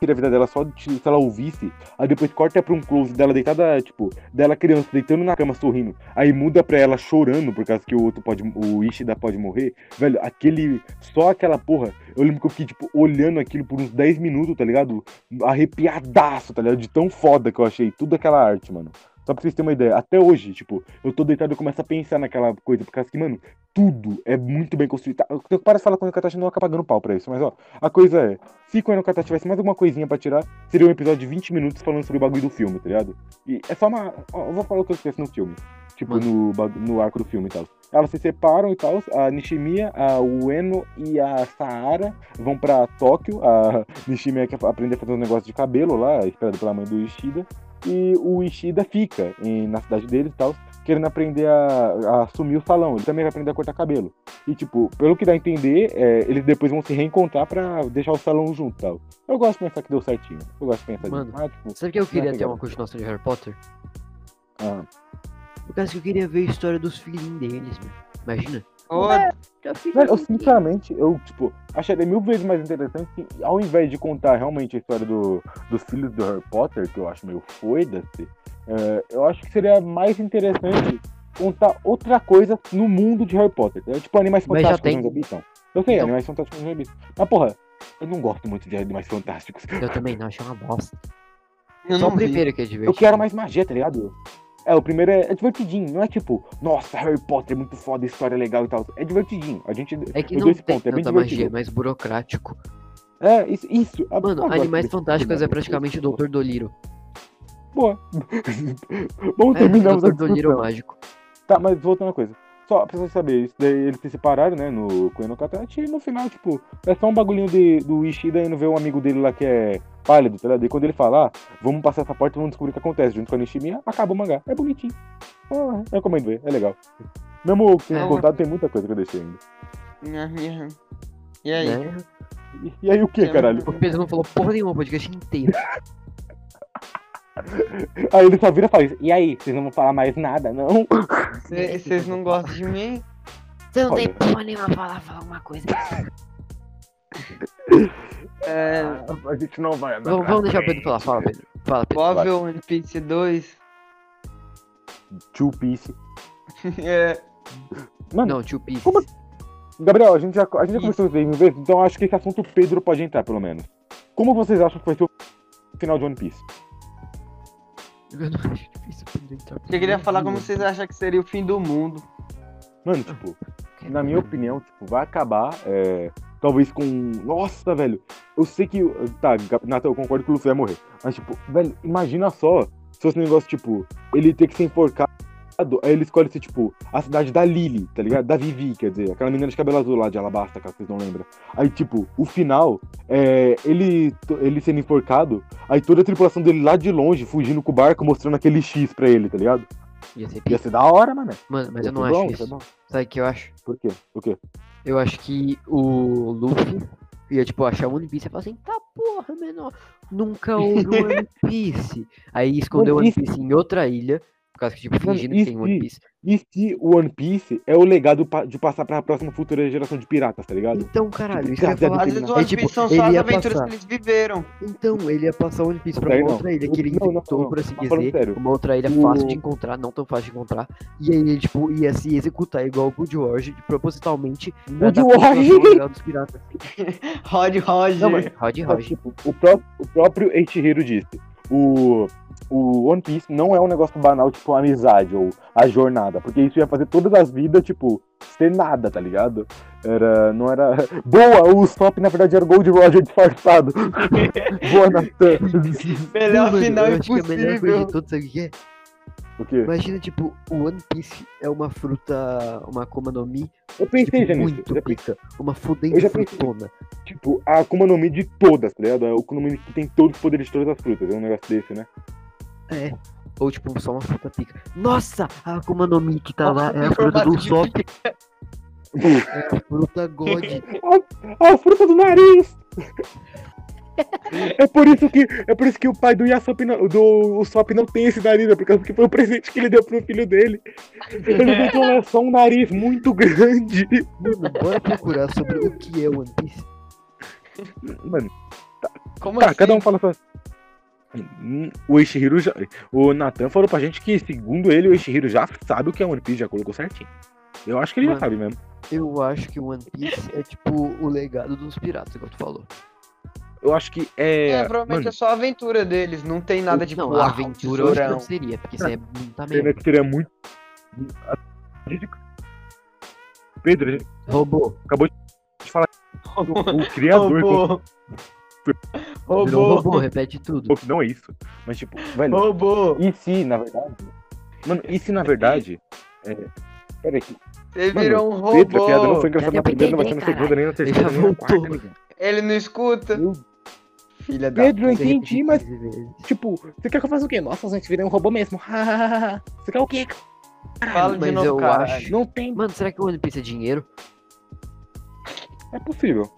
[SPEAKER 3] seria a vida dela só de- se ela ouvisse. Aí depois corta pra um close dela deitada, tipo, dela criança deitando na cama sorrindo. Aí muda pra ela chorando por causa que o outro pode. O Ishida pode morrer. Velho, aquele. Só aquela porra. Eu lembro que eu fiquei, tipo, olhando aquilo por uns 10 minutos, tá ligado? Arrepiadaço, tá ligado? De tão foda que eu achei. Tudo aquela arte, mano. Só pra vocês terem uma ideia. Até hoje, tipo, eu tô deitado e começo a pensar naquela coisa. Por causa que, mano, tudo é muito bem construído. Tá, eu paro de falar com o Katachi, não acaba pagando pau pra isso. Mas, ó, a coisa é. Se o Enokata tivesse mais alguma coisinha pra tirar, seria um episódio de 20 minutos falando sobre o bagulho do filme, tá ligado? E é só uma. ó, eu vou falar o que acontece no filme. Tipo,
[SPEAKER 1] Manda.
[SPEAKER 3] no, bagu- no arco do filme e tal. Elas se separam e tal. A Nishimiya, a Ueno e a Saara vão pra Tóquio. A Nishimiya quer aprender a fazer um negócio de cabelo lá, esperado pela mãe do Ishida. E o Ishida fica em- na cidade dele e tal, querendo aprender a, a assumir o salão. Ele também vai aprender a cortar cabelo. E, tipo, pelo que dá a entender, é, eles depois vão se reencontrar pra deixar o salão junto e tal. Eu gosto de pensar que deu certinho. Eu gosto de pensar
[SPEAKER 1] Mano.
[SPEAKER 3] disso. Ah, tipo,
[SPEAKER 1] Sabe que eu queria ter
[SPEAKER 3] legal.
[SPEAKER 1] uma continuação de Harry Potter?
[SPEAKER 3] ah,
[SPEAKER 1] Por causa que eu queria ver a história dos filhinhos deles, mano. Imagina.
[SPEAKER 2] Foda-se.
[SPEAKER 1] Eu fiz assim.
[SPEAKER 3] velho, eu
[SPEAKER 1] isso aqui.
[SPEAKER 3] sinceramente, eu, tipo, acharia mil vezes mais interessante que, ao invés de contar realmente a história do, dos filhos do Harry Potter, que eu acho meio foda-se, é, eu acho que seria mais interessante contar outra coisa no mundo de Harry Potter. É, tipo, animais
[SPEAKER 1] Mas já
[SPEAKER 3] fantásticos
[SPEAKER 1] tem.
[SPEAKER 3] nos habitam. Eu sei,
[SPEAKER 1] Então.
[SPEAKER 3] animais fantásticos nos habitam. Mas, porra, eu não gosto muito de animais fantásticos.
[SPEAKER 1] Eu também não, achei uma bosta.
[SPEAKER 2] Eu
[SPEAKER 1] Só
[SPEAKER 2] não
[SPEAKER 1] o
[SPEAKER 2] vi.
[SPEAKER 1] primeiro que é divertido.
[SPEAKER 3] Eu quero mais magia, tá ligado? É, o primeiro é, é divertidinho, não é tipo, nossa, Harry Potter é muito foda, história é legal e tal. É divertidinho. A gente.
[SPEAKER 1] É que
[SPEAKER 3] eu
[SPEAKER 1] não
[SPEAKER 3] dou esse
[SPEAKER 1] tem
[SPEAKER 3] ponto, é bem
[SPEAKER 1] tanta magia, é
[SPEAKER 3] divertido.
[SPEAKER 1] mais burocrático.
[SPEAKER 3] É, isso. isso é- eu
[SPEAKER 1] Mano,
[SPEAKER 3] gosto
[SPEAKER 1] Animais
[SPEAKER 3] desse
[SPEAKER 1] Fantásticos
[SPEAKER 3] tipo
[SPEAKER 1] é
[SPEAKER 3] de
[SPEAKER 1] praticamente o
[SPEAKER 3] coisa.
[SPEAKER 1] Dr. Doliro.
[SPEAKER 3] Boa. Bom,
[SPEAKER 1] É,
[SPEAKER 3] terminamos a
[SPEAKER 1] Dr. Doliro
[SPEAKER 3] discussão.
[SPEAKER 1] mágico.
[SPEAKER 3] Tá, mas voltando à coisa. Só pra vocês saberem, isso daí eles se separaram, né, no Koen no Katachi, e no final, tipo, é só um bagulhinho de, do Ishida indo ver um amigo dele lá que é pálido, tá ligado? E quando ele fala, ah, vamos passar essa porta e vamos descobrir o que acontece junto com a Nishimiya, acaba o mangá. É bonitinho. Ah, eu recomendo ver, é legal. Mesmo que tenha
[SPEAKER 2] É.
[SPEAKER 3] contado, tem muita coisa que eu deixei ainda.
[SPEAKER 2] Nham, nham. E aí?
[SPEAKER 1] né?
[SPEAKER 3] E, e aí o que,
[SPEAKER 2] É.
[SPEAKER 3] caralho?
[SPEAKER 1] O Pedro não falou porra nenhuma o podcast inteiro.
[SPEAKER 3] Aí ele só vira e fala isso. E aí, vocês não vão falar mais nada, não?
[SPEAKER 2] Cê- É, Vocês não gostam de mim?
[SPEAKER 1] Você não
[SPEAKER 3] Olha.
[SPEAKER 1] tem porra nenhuma a falar, fala alguma coisa.
[SPEAKER 2] É,
[SPEAKER 3] a gente não vai
[SPEAKER 1] Vamos, vamos deixar o Pedro falar, fala Pedro. Fala Pedro.
[SPEAKER 2] Marvel One Piece 2.
[SPEAKER 3] Two Piece.
[SPEAKER 2] É,
[SPEAKER 3] Mano,
[SPEAKER 1] Não, Hum. tio Piece.
[SPEAKER 3] Como- assim? Gabriel, a gente já, a gente já conversou isso aí mil vezes, então acho que esse assunto o Pedro pode entrar, pelo menos. Como vocês acham que vai ser o final de One Piece?
[SPEAKER 1] Eu não acho difícil o Pedro entrar. né?
[SPEAKER 2] eu
[SPEAKER 3] Hum.
[SPEAKER 2] queria falar como vocês acham que seria o fim do mundo.
[SPEAKER 1] Hum.
[SPEAKER 3] Mano, tipo, na minha opinião, tipo, vai acabar, é, talvez com... Nossa, velho, eu sei que... Tá, Gab- Nathan, eu concordo que o Luffy vai morrer. Mas, tipo, velho, imagina só se fosse um negócio, tipo, ele ter que ser enforcado, aí ele escolhe ser, tipo, a cidade da Lily, tá ligado? Da Vivi, quer dizer, aquela menina de cabelo azul lá de Alabasta, caso vocês não lembram. Aí, tipo, o final, é, ele, ele sendo enforcado, aí toda a tripulação dele lá de longe, fugindo com o barco, mostrando aquele X pra ele, tá ligado?
[SPEAKER 1] Ia ser
[SPEAKER 3] Ia
[SPEAKER 1] pica.
[SPEAKER 3] ser da hora, mano.
[SPEAKER 1] Mano, mas
[SPEAKER 3] Ia
[SPEAKER 1] eu não
[SPEAKER 3] ser
[SPEAKER 1] acho
[SPEAKER 3] bom, ia ser
[SPEAKER 1] isso.
[SPEAKER 3] bom.
[SPEAKER 1] Sabe o que eu acho?
[SPEAKER 3] Por quê? O quê?
[SPEAKER 1] Eu acho que o Luffy ia, tipo, achar o One Piece e falar assim, tá porra, menor, nunca houve um One Piece. Aí escondeu o
[SPEAKER 3] One
[SPEAKER 1] One Piece em outra ilha, por causa que, tipo,
[SPEAKER 3] Mano,
[SPEAKER 1] fingindo que tem
[SPEAKER 3] isso
[SPEAKER 1] One
[SPEAKER 3] de-
[SPEAKER 1] Piece.
[SPEAKER 3] E se o One Piece é o legado pa- de passar pra próxima futura geração de piratas, tá ligado?
[SPEAKER 1] Então, caralho, isso que eu ia
[SPEAKER 3] Graças a
[SPEAKER 1] falar.
[SPEAKER 2] Às
[SPEAKER 3] Deus.
[SPEAKER 2] vezes o
[SPEAKER 1] É,
[SPEAKER 2] One
[SPEAKER 1] tipo,
[SPEAKER 2] Piece são
[SPEAKER 1] ele
[SPEAKER 2] só as
[SPEAKER 1] ia
[SPEAKER 2] aventuras
[SPEAKER 1] passar.
[SPEAKER 2] que eles viveram.
[SPEAKER 1] Então, ele ia passar o One Piece pra
[SPEAKER 3] Daí
[SPEAKER 1] uma
[SPEAKER 3] não.
[SPEAKER 1] outra ilha que ele
[SPEAKER 3] Não, não,
[SPEAKER 1] inventou,
[SPEAKER 3] não.
[SPEAKER 1] por assim
[SPEAKER 3] Mas falando
[SPEAKER 1] dizer,
[SPEAKER 3] sério,
[SPEAKER 1] uma outra ilha
[SPEAKER 3] o-
[SPEAKER 1] fácil de encontrar, não tão fácil de encontrar. E aí ele, tipo, ia se executar igual o Good George, propositalmente, pra dar
[SPEAKER 3] Good
[SPEAKER 1] condição
[SPEAKER 3] George!
[SPEAKER 1] legal dos piratas.
[SPEAKER 2] Rod Roger.
[SPEAKER 1] Não, mas Rod
[SPEAKER 3] Mas,
[SPEAKER 1] Roger.
[SPEAKER 3] tipo, o, pró o próprio Eiichiro disse. O, o One Piece não é um negócio banal, tipo, a amizade ou a jornada. Porque isso ia fazer todas as vidas, tipo, ser nada, tá ligado? Era, não era... Boa, o Usopp, na verdade, era o Gold Roger disfarçado. Boa, Natan.
[SPEAKER 2] Melhor
[SPEAKER 1] Não, mano,
[SPEAKER 2] final
[SPEAKER 1] eu acho que é a melhor coisa
[SPEAKER 2] impossível.
[SPEAKER 1] de tudo, sabe o que é?
[SPEAKER 3] O quê?
[SPEAKER 1] Imagina, tipo, o One Piece é uma fruta, uma Akuma no Mi,
[SPEAKER 3] Eu pensei
[SPEAKER 1] tipo,
[SPEAKER 3] já nisso.
[SPEAKER 1] muito
[SPEAKER 3] Eu já pensei,
[SPEAKER 1] pica. Uma
[SPEAKER 3] Eu
[SPEAKER 1] fudente
[SPEAKER 3] já pensei.
[SPEAKER 1] frutona.
[SPEAKER 3] tipo, a Akuma no Mi de todas, tá ligado? É o Akuma no Mi que tem todos os poderes de todas as frutas. É um negócio desse, né?
[SPEAKER 1] É. Ou, tipo, só uma fruta pica. Nossa! A Akuma no Mi que tá lá
[SPEAKER 2] Nossa,
[SPEAKER 1] é a
[SPEAKER 2] tem
[SPEAKER 1] fruta do
[SPEAKER 2] formato de
[SPEAKER 1] Usopp. É a fruta God.
[SPEAKER 3] A fruta do nariz! É por isso que é por isso que o pai do Yasop não, do Usopp não tem esse nariz, é por causa que foi o presente que ele deu pro filho dele. Ele
[SPEAKER 2] É.
[SPEAKER 3] inventou lá só um nariz muito grande.
[SPEAKER 1] Mano, bora procurar sobre o que é One Piece.
[SPEAKER 3] Mano,
[SPEAKER 2] Como
[SPEAKER 3] tá,
[SPEAKER 2] assim?
[SPEAKER 3] cada um fala só. Hum, O Ishihiro já. O Nathan falou pra gente que, segundo ele, o Ishihiro já sabe o que é One Piece, já colocou certinho. Eu acho que ele já
[SPEAKER 1] Mano.
[SPEAKER 3] sabe mesmo.
[SPEAKER 1] Eu acho que One Piece é, tipo, o legado dos piratas, igual tu falou.
[SPEAKER 3] Eu acho que é.
[SPEAKER 2] É, provavelmente é
[SPEAKER 3] mano,
[SPEAKER 2] só a aventura deles, não tem nada de
[SPEAKER 1] Não,
[SPEAKER 2] uau,
[SPEAKER 1] a aventura eu acho que
[SPEAKER 2] tesourão.
[SPEAKER 1] não seria, porque isso é muita
[SPEAKER 3] pena
[SPEAKER 1] merda.
[SPEAKER 3] que seria muito. Pedro, a gente
[SPEAKER 1] Roubou.
[SPEAKER 3] o criador colocou
[SPEAKER 2] Robô.
[SPEAKER 1] Virou
[SPEAKER 3] um
[SPEAKER 2] Robô.
[SPEAKER 1] robô, repete tudo.
[SPEAKER 3] que não é isso. Mas, tipo, velho.
[SPEAKER 2] Robô.
[SPEAKER 3] E se, na verdade. Mano, e se na verdade. É... Pera aí,
[SPEAKER 2] Ele
[SPEAKER 3] Mano,
[SPEAKER 2] virou um
[SPEAKER 3] Pedro, a piada não
[SPEAKER 2] robô.
[SPEAKER 3] foi engraçada na
[SPEAKER 1] Cadê o
[SPEAKER 3] primeira, não vai ser na
[SPEAKER 1] Pedro,
[SPEAKER 3] segunda, nem na
[SPEAKER 1] já
[SPEAKER 3] terceira, nem na
[SPEAKER 1] voltou.
[SPEAKER 3] quarta. né?
[SPEAKER 2] Ele não escuta.
[SPEAKER 3] Meu
[SPEAKER 2] Filha da.
[SPEAKER 3] Pedro, eu
[SPEAKER 1] Você repete
[SPEAKER 3] entendi, mas,
[SPEAKER 1] 15 vezes.
[SPEAKER 3] tipo, você quer que eu faça o quê? Nossa, a gente vira um robô mesmo. você quer o quê?
[SPEAKER 2] Fala de
[SPEAKER 1] Mas
[SPEAKER 2] novo,
[SPEAKER 1] eu
[SPEAKER 2] cara.
[SPEAKER 1] acho-
[SPEAKER 3] Não tem.
[SPEAKER 1] Mano, será que o One Piece é dinheiro?
[SPEAKER 3] É possível.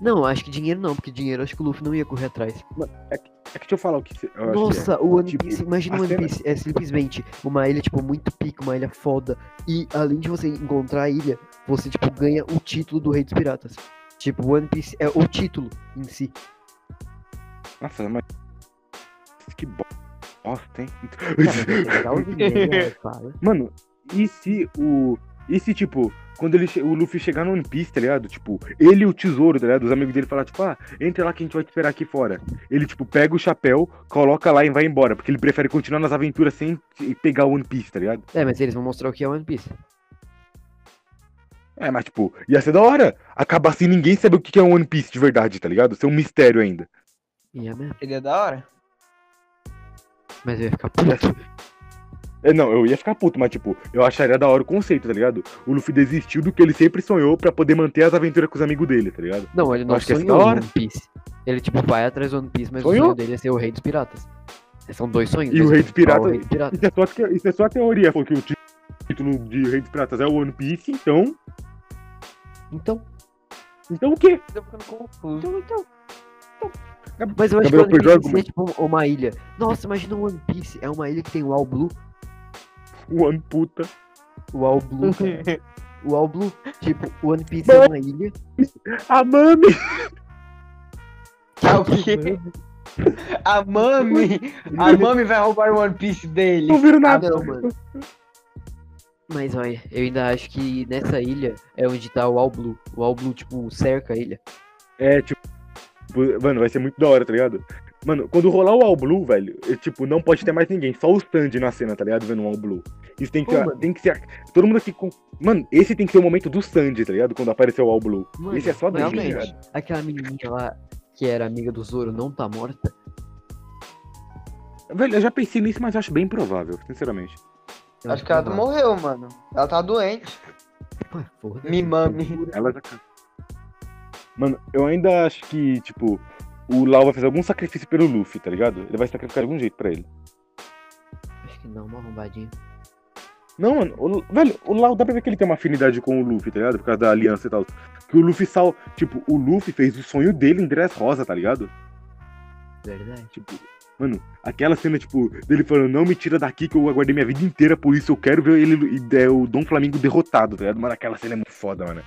[SPEAKER 1] Não, acho que dinheiro não, porque dinheiro acho que o Luffy não ia correr atrás.
[SPEAKER 3] É que deixa eu falar o que. cê- Eu acho que
[SPEAKER 1] Nossa, o One
[SPEAKER 3] Tipo,
[SPEAKER 1] Piece, imagina
[SPEAKER 3] a
[SPEAKER 1] o One
[SPEAKER 3] cena-
[SPEAKER 1] Piece, é simplesmente uma ilha, tipo, muito pica, uma ilha foda. E além de você encontrar a ilha, você, tipo, ganha o título do Rei dos Piratas. Tipo, One Piece é o título em si.
[SPEAKER 3] é. Nossa, mas. Que bosta, hein?
[SPEAKER 1] Cara, mas é legalzinho, né, cara?
[SPEAKER 3] Mano, e se o. E se, tipo, quando ele, che- o Luffy chegar no One Piece, tá ligado? Tipo, ele e o tesouro, tá ligado? Os amigos dele falar, tipo, ah, entra lá que a gente vai te esperar aqui fora. Ele, tipo, pega o chapéu, coloca lá e vai embora. Porque ele prefere continuar nas aventuras sem te- pegar o One Piece, tá ligado?
[SPEAKER 1] É, mas eles vão mostrar o que é One Piece.
[SPEAKER 3] É, mas, tipo, ia ser da hora. Acabar assim, ninguém saber o que que é um One Piece de verdade, tá ligado? Ser um mistério ainda.
[SPEAKER 1] E é mesmo.
[SPEAKER 2] Seria da hora.
[SPEAKER 1] Mas eu ia ficar puto.
[SPEAKER 3] É, não, eu ia ficar puto, mas, tipo, eu acharia da hora o conceito, tá ligado? O Luffy desistiu do que ele sempre sonhou pra poder manter as aventuras com os amigos dele, tá ligado?
[SPEAKER 1] Não, ele não
[SPEAKER 3] acho que ia ser
[SPEAKER 1] sonhou
[SPEAKER 3] da
[SPEAKER 1] o
[SPEAKER 3] hora.
[SPEAKER 1] One Piece. Ele, tipo, vai atrás do One Piece, mas
[SPEAKER 3] Sonhou?
[SPEAKER 1] o sonho dele é ser o Rei dos Piratas. É, São dois sonhos.
[SPEAKER 3] E
[SPEAKER 1] mas
[SPEAKER 3] o Rei dos
[SPEAKER 1] principal é
[SPEAKER 3] Piratas-
[SPEAKER 1] o Rei dos Piratas.
[SPEAKER 3] Isso é, só, te- isso é só teoria, porque o tí- título de Rei dos Piratas é o One Piece, então.
[SPEAKER 1] Então,
[SPEAKER 3] Então o quê?
[SPEAKER 2] Tô ficando confuso.
[SPEAKER 1] Então, então. então. Mas eu acho
[SPEAKER 3] Gabriel,
[SPEAKER 1] que o
[SPEAKER 3] perdeu
[SPEAKER 1] One
[SPEAKER 3] o
[SPEAKER 1] Piece é tipo uma ilha. Nossa, imagina o One Piece. É uma ilha que tem o All Blue.
[SPEAKER 3] One puta.
[SPEAKER 1] O All Blue, cara. O All Blue. Tipo, o One Piece é uma ilha.
[SPEAKER 3] A Mami!
[SPEAKER 2] Tá o
[SPEAKER 1] Tipo,
[SPEAKER 2] quê? A Mami. A Mami vai roubar o One Piece dele.
[SPEAKER 3] Não viram
[SPEAKER 1] Ah,
[SPEAKER 3] nada.
[SPEAKER 1] não, mano. Mas olha, eu ainda acho que nessa ilha é onde tá o All Blue. O All Blue, tipo, cerca a ilha.
[SPEAKER 3] É, tipo. tipo, Mano, vai ser muito da hora, tá ligado? Mano, quando rolar o All Blue, velho, eu, tipo, não pode ter mais ninguém, só o Sandy na cena, tá ligado? Vendo o All Blue. Isso tem que,
[SPEAKER 1] Pô,
[SPEAKER 3] ser-
[SPEAKER 1] mano.
[SPEAKER 3] tem que ser. Todo mundo aqui com. Mano, esse tem que ser o momento do Sandy, tá ligado? Quando apareceu o All Blue.
[SPEAKER 1] Mano,
[SPEAKER 3] Isso é só dele,
[SPEAKER 1] realmente,
[SPEAKER 3] ligado?
[SPEAKER 1] Aquela menininha lá que era amiga do Zoro não tá morta.
[SPEAKER 3] Velho, eu já pensei nisso, mas eu acho bem provável, sinceramente.
[SPEAKER 1] Eu
[SPEAKER 2] Acho que ela
[SPEAKER 1] tá
[SPEAKER 2] morreu, mano. Ela tá doente.
[SPEAKER 1] lá. tá Foda-se.
[SPEAKER 2] Me mame.
[SPEAKER 3] Ela já. ca- Mano, eu ainda acho que, tipo, o Lau vai fazer algum sacrifício pelo Luffy, tá ligado? Ele vai sacrificar de algum jeito pra ele.
[SPEAKER 1] Acho que
[SPEAKER 4] que não, uma arrombadinha.
[SPEAKER 3] Não, mano, o, velho, o Lau dá pra ver que ele tem uma afinidade com o Luffy, tá ligado? Por causa da aliança e tal. Que o Luffy sal. Tipo, o Luffy fez o sonho dele em Dress Rosa, tá ligado?
[SPEAKER 4] Verdade.
[SPEAKER 3] Tipo, mano, aquela cena, tipo, dele falando, não me tira daqui que eu aguardei minha vida inteira, por isso eu quero ver ele e é, o Dom Flamingo derrotado, tá ligado? Mano, aquela cena é muito foda, mano.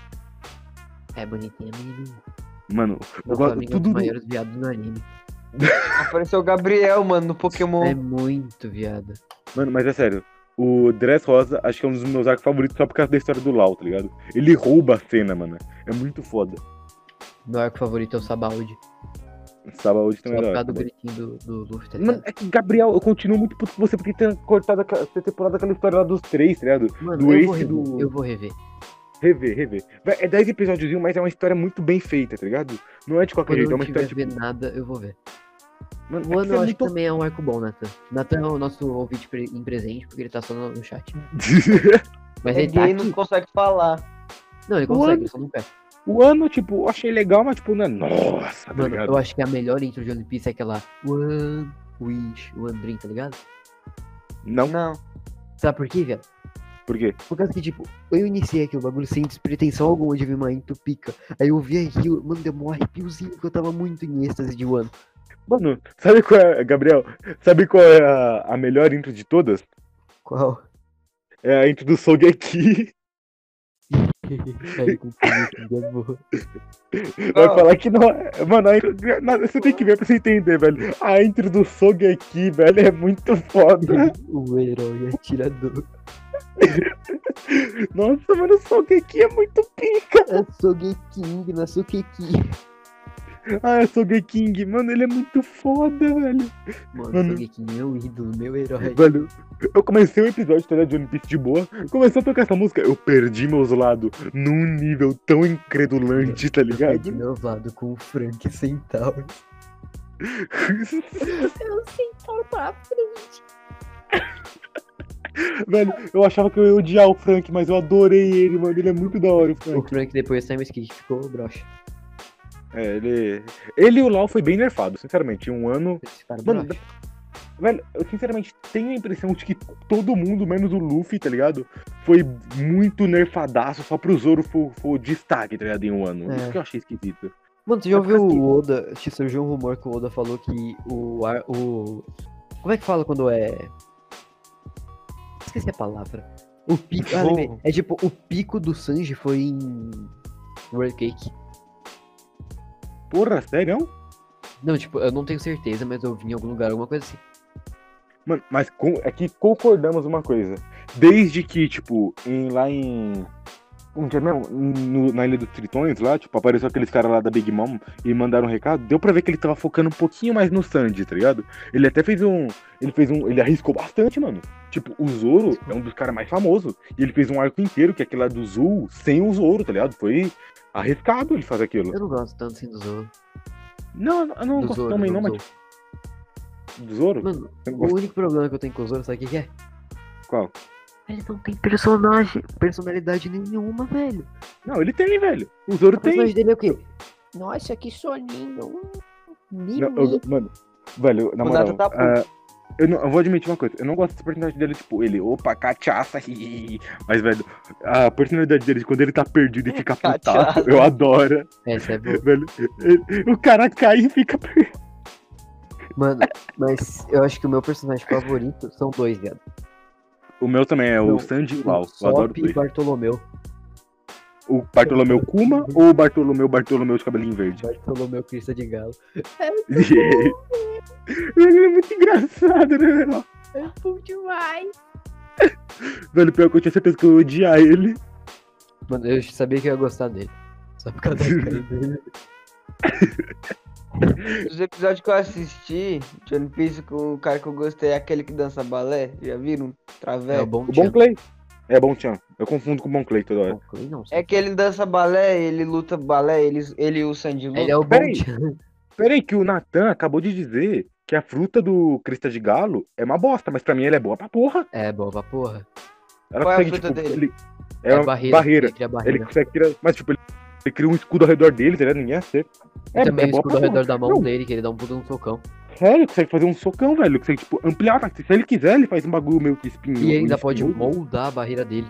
[SPEAKER 4] É bonitinha, menino.
[SPEAKER 3] Mano, eu
[SPEAKER 4] O
[SPEAKER 3] gosto
[SPEAKER 4] Flamengo é um
[SPEAKER 3] tudo.
[SPEAKER 4] dos
[SPEAKER 3] do-
[SPEAKER 4] maiores viados do anime.
[SPEAKER 2] Apareceu o Gabriel, mano, no
[SPEAKER 4] É
[SPEAKER 2] Pokémon.
[SPEAKER 4] muito viado.
[SPEAKER 3] Mano, mas é sério. O Dress Rosa acho que é um dos meus arcos favoritos só por causa da história do Lau, tá ligado? Ele rouba a cena, mano. É muito foda.
[SPEAKER 4] Meu arco favorito é o Sabaud.
[SPEAKER 3] Sabaody
[SPEAKER 4] Só
[SPEAKER 3] também é
[SPEAKER 4] por
[SPEAKER 3] da
[SPEAKER 4] causa
[SPEAKER 3] hora.
[SPEAKER 4] do
[SPEAKER 3] também.
[SPEAKER 4] gritinho do, do Luffy, tá
[SPEAKER 3] Mano,
[SPEAKER 4] ligado?
[SPEAKER 3] é que, Gabriel, eu continuo muito puto com você porque ter cortado aquela, ter temporada aquela história lá dos três, tá ligado?
[SPEAKER 4] Mano,
[SPEAKER 3] do
[SPEAKER 4] eu, vou
[SPEAKER 3] Ace
[SPEAKER 4] rever,
[SPEAKER 3] do-
[SPEAKER 4] eu vou rever.
[SPEAKER 3] Rever, rever. Vé, É 10 episódios, mas é uma história muito bem feita, tá ligado? Não é de qualquer
[SPEAKER 4] Quando eu
[SPEAKER 3] jeito, é uma
[SPEAKER 4] não tiver
[SPEAKER 3] história tipo.
[SPEAKER 4] ver nada, eu vou ver.
[SPEAKER 3] Mano, é
[SPEAKER 4] O
[SPEAKER 3] que
[SPEAKER 4] ano
[SPEAKER 3] você
[SPEAKER 4] eu
[SPEAKER 3] é
[SPEAKER 4] acho que
[SPEAKER 3] muito...
[SPEAKER 4] também é um arco bom, Nathan. Nathan é o nosso ouvinte pre- em presente, porque ele tá só no, no chat. Mas
[SPEAKER 2] É
[SPEAKER 4] ele tá
[SPEAKER 2] gay não
[SPEAKER 4] aqui.
[SPEAKER 2] consegue falar.
[SPEAKER 4] Não, ele
[SPEAKER 3] O
[SPEAKER 4] consegue,
[SPEAKER 3] ano-
[SPEAKER 4] ele só não quer.
[SPEAKER 3] O ano, tipo, eu achei legal, mas tipo, não é. Nossa, tá
[SPEAKER 4] Mano,
[SPEAKER 3] ligado?
[SPEAKER 4] eu acho que a melhor intro de One Piece é aquela One Wish, One Dream, tá ligado?
[SPEAKER 3] Não,
[SPEAKER 2] Não.
[SPEAKER 4] Sabe por quê, velho?
[SPEAKER 3] por quê?
[SPEAKER 1] Por causa que, tipo, eu iniciei aqui o bagulho sem pretensão alguma de vir uma entupica. Aí eu vi aquilo, mano, deu um arrepiozinho que eu tava muito em êxtase de One.
[SPEAKER 3] Mano, sabe qual é, Gabriel? Sabe qual é a, a melhor intro de todas?
[SPEAKER 1] Qual?
[SPEAKER 3] É a intro do Sogeki.
[SPEAKER 4] Aí, com tudo, tudo é boa.
[SPEAKER 3] Vai
[SPEAKER 2] Qual?
[SPEAKER 3] falar que não. é- Mano, a intro, na- você tem que ver pra você entender, velho. A intro do Sogeki, velho, é muito foda.
[SPEAKER 1] o herói atirador.
[SPEAKER 3] Nossa, mano, o Sogeki é muito pica.
[SPEAKER 1] Eu sou gay king, não sou gay king.
[SPEAKER 3] Ah, o Sogeking, mano, ele é muito foda, velho.
[SPEAKER 4] Mano, é
[SPEAKER 3] Mano.
[SPEAKER 4] Sogeking, meu ídolo, meu herói.
[SPEAKER 1] tá
[SPEAKER 3] Velho, eu comecei o episódio tá ligado, de One Piece de boa, começou a tocar essa música, eu perdi meus lados num nível tão incredulante, tá
[SPEAKER 4] É de
[SPEAKER 3] ligado?
[SPEAKER 4] meu lado com o Frank Centauro.
[SPEAKER 3] Velho, eu achava que eu ia odiar o Frank, mas eu adorei ele, mano. Ele é muito da hora, o
[SPEAKER 4] O
[SPEAKER 3] Frank.
[SPEAKER 4] Frank depois do Time Skip ficou broxa.
[SPEAKER 3] É, ele. Ele e o Lau foi bem nerfado, sinceramente. Em Um ano.
[SPEAKER 4] Eles ficaram
[SPEAKER 3] Mano,
[SPEAKER 4] é broxa.
[SPEAKER 3] Velho, eu sinceramente tenho a impressão de que todo mundo, menos o Luffy, tá ligado? Foi muito nerfadaço só pro Zoro for, for destaque, tá ligado? Em um ano.
[SPEAKER 1] É.
[SPEAKER 3] Isso que eu achei esquisito.
[SPEAKER 1] Mano, você já
[SPEAKER 3] É por
[SPEAKER 1] ouviu
[SPEAKER 3] causa que-
[SPEAKER 1] o Oda? Te surgiu um rumor que o Oda falou que o. ar- o... Como é que fala quando é. Esqueci a palavra. O pico. Ah,
[SPEAKER 2] Bom.
[SPEAKER 1] lembrei. é tipo, o pico do Sanji foi em. World Cake.
[SPEAKER 3] Porra, sério? não?
[SPEAKER 4] Não, tipo, eu não tenho certeza, mas eu vi em algum lugar, alguma coisa assim.
[SPEAKER 3] Mano, mas com, é que concordamos uma coisa. Desde que, tipo, em- lá em. Onde é mesmo? No- na Ilha dos Tritões, lá, tipo, apareceu aqueles caras lá da Big Mom e mandaram um recado. Deu pra ver que ele tava focando um pouquinho mais no Sandy, tá ligado? Ele até fez um. Ele fez um. Ele arriscou bastante, mano. Tipo, o Zoro é um dos caras mais famosos. E ele fez um arco inteiro, que é aquele lá do Zul, sem o Zoro, tá ligado? Foi arriscado ele fazer aquilo.
[SPEAKER 4] Eu não gosto tanto assim do Zoro.
[SPEAKER 3] Não, eu não
[SPEAKER 4] Do
[SPEAKER 3] gosto
[SPEAKER 4] Zoro,
[SPEAKER 3] também,
[SPEAKER 4] do
[SPEAKER 3] não, mas.
[SPEAKER 4] Zoro.
[SPEAKER 3] Do Zoro?
[SPEAKER 4] Mano,
[SPEAKER 3] Eu
[SPEAKER 4] o
[SPEAKER 3] gosto.
[SPEAKER 4] único problema que eu tenho com o Zoro, sabe o que que é?
[SPEAKER 3] Qual?
[SPEAKER 4] Eles não têm personagem, personalidade nenhuma, velho.
[SPEAKER 3] Não, ele tem, velho. O Zoro
[SPEAKER 4] O
[SPEAKER 3] tem.
[SPEAKER 4] personagem dele é o quê? Nossa, que soninho. Um Mimi.
[SPEAKER 3] Não, eu- mano, velho, na
[SPEAKER 2] O
[SPEAKER 3] moral.
[SPEAKER 2] Nata tá puto.
[SPEAKER 3] ah, eu, não, eu vou admitir uma coisa, eu não gosto dessa personalidade dele, tipo, ele, opa, cachaça, hihihi. mas, velho, a personalidade dele, quando ele tá perdido e fica
[SPEAKER 2] Cachaça.
[SPEAKER 3] putado, eu adoro,
[SPEAKER 4] Essa é boa.
[SPEAKER 3] velho. Ele- o cara cai e fica perdido.
[SPEAKER 4] Mano, mas eu acho que o meu personagem favorito são dois, viado.
[SPEAKER 3] O meu também é
[SPEAKER 1] Não,
[SPEAKER 3] o Sandy e o
[SPEAKER 1] O
[SPEAKER 3] Lau, eu adoro
[SPEAKER 1] Sop
[SPEAKER 3] dois.
[SPEAKER 1] e Bartolomeu.
[SPEAKER 3] O Bartolomeu Kuma ou o Bartolomeu Bartolomeu de cabelinho verde?
[SPEAKER 1] Bartolomeu Crista de Galo.
[SPEAKER 3] ele é muito engraçado, né, velho?
[SPEAKER 4] É bom demais.
[SPEAKER 3] Velho, pior que eu tinha certeza que eu ia odiar ele.
[SPEAKER 4] Mano, eu sabia que eu ia gostar dele. Só por causa da cara dele.
[SPEAKER 2] Os episódios que eu assisti de One Piece com o cara que eu gostei é aquele que dança balé. Já viram?
[SPEAKER 4] É o
[SPEAKER 2] Través.
[SPEAKER 4] bom
[SPEAKER 3] O Bon
[SPEAKER 4] Chan.
[SPEAKER 3] Clay. É, Bon Chan. Eu confundo com o Bon Clay toda hora.
[SPEAKER 4] Bom Clay, não.
[SPEAKER 2] É que ele dança balé, ele luta balé, ele, ele e o Sandy luta.
[SPEAKER 4] Ele é o bom
[SPEAKER 3] Peraí.
[SPEAKER 4] Chan.
[SPEAKER 3] Peraí, que o Natan acabou de dizer que a fruta do crista de galo é uma bosta, mas pra mim ela é boa pra porra.
[SPEAKER 4] É, boa pra porra.
[SPEAKER 3] Ela
[SPEAKER 2] Qual é a
[SPEAKER 3] consegue,
[SPEAKER 2] fruta
[SPEAKER 3] tipo,
[SPEAKER 2] dele?
[SPEAKER 3] ele- É, uma barreira.
[SPEAKER 4] Ele cria barreira.
[SPEAKER 3] Ele consegue tirar. Mas, tipo, ele, ele cria um escudo ao redor dele, tá ligado? Ninguém acerta.
[SPEAKER 4] E também o
[SPEAKER 3] boa
[SPEAKER 4] escudo ao
[SPEAKER 3] pra
[SPEAKER 4] redor
[SPEAKER 3] porra.
[SPEAKER 4] da mão
[SPEAKER 3] Não,
[SPEAKER 4] dele, que ele dá um puta no socão.
[SPEAKER 3] É, ele consegue fazer um socão, velho. Ele consegue, tipo, ampliar o ataque. Se ele quiser, ele faz um bagulho meio que espinho.
[SPEAKER 4] E ainda
[SPEAKER 3] espinhoso.
[SPEAKER 4] pode moldar a barreira dele.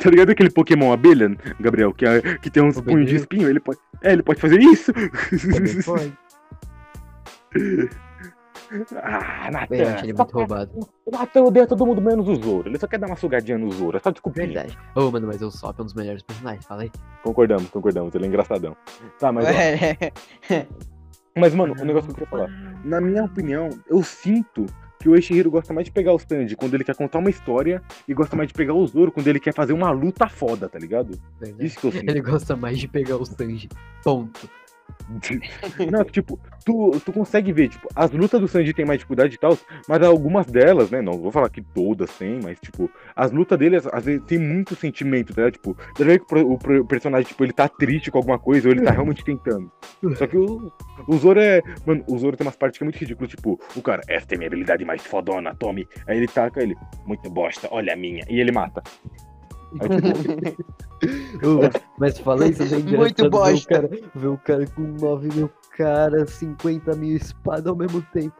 [SPEAKER 3] Tá ligado aquele Pokémon abelha, Gabriel? Que, é- que tem uns
[SPEAKER 4] Abelha.
[SPEAKER 3] punhos de espinho? Ele pode. É, ele pode fazer isso. ah, Natan.
[SPEAKER 4] Bem, eu achei ele
[SPEAKER 3] só
[SPEAKER 4] muito
[SPEAKER 3] pra-
[SPEAKER 4] roubado.
[SPEAKER 3] O Natan odeia todo mundo menos o Zoro. Ele só quer dar uma sugadinha no Zoro. É só desculpinha.
[SPEAKER 4] Verdade. Ô, mano, mas o Sop é um dos melhores personagens, fala aí.
[SPEAKER 3] Concordamos, concordamos. Ele é engraçadão. Tá, mas. ó,
[SPEAKER 2] É,
[SPEAKER 3] Mas, mano, o negócio que eu queria falar. Na minha opinião, eu sinto que o Eiichiro gosta mais de pegar o Sanji quando ele quer contar uma história e gosta mais de pegar o Zoro quando ele quer fazer uma luta foda, tá ligado?
[SPEAKER 4] Verdade.
[SPEAKER 3] Isso que eu sinto.
[SPEAKER 4] Ele gosta mais de pegar o Sanji. Ponto.
[SPEAKER 3] Não, tipo, tu, tu consegue ver, tipo, as lutas do Sanji tem mais dificuldade e tal, mas algumas delas, né? Não vou falar que todas têm, mas, tipo, as lutas dele, às- às vezes, tem muito sentimento, tá? ligado? Tipo, dá pra ver que o pro- o, pro- o personagem, tipo, ele tá triste com alguma coisa ou ele tá realmente tentando. Só que o, o Zoro é. Mano, o Zoro tem umas partes que é muito ridículo, tipo, o cara, esta é minha habilidade mais fodona, tome. Aí ele taca ele, muito bosta, olha a minha. E ele mata. Aí, tipo,
[SPEAKER 1] Ô, mas falei
[SPEAKER 4] tá
[SPEAKER 1] isso é engraçado
[SPEAKER 2] Muito
[SPEAKER 1] ver o
[SPEAKER 2] bosta.
[SPEAKER 1] cara- Ver o cara com 9 mil caras, 50 mil espadas ao mesmo tempo.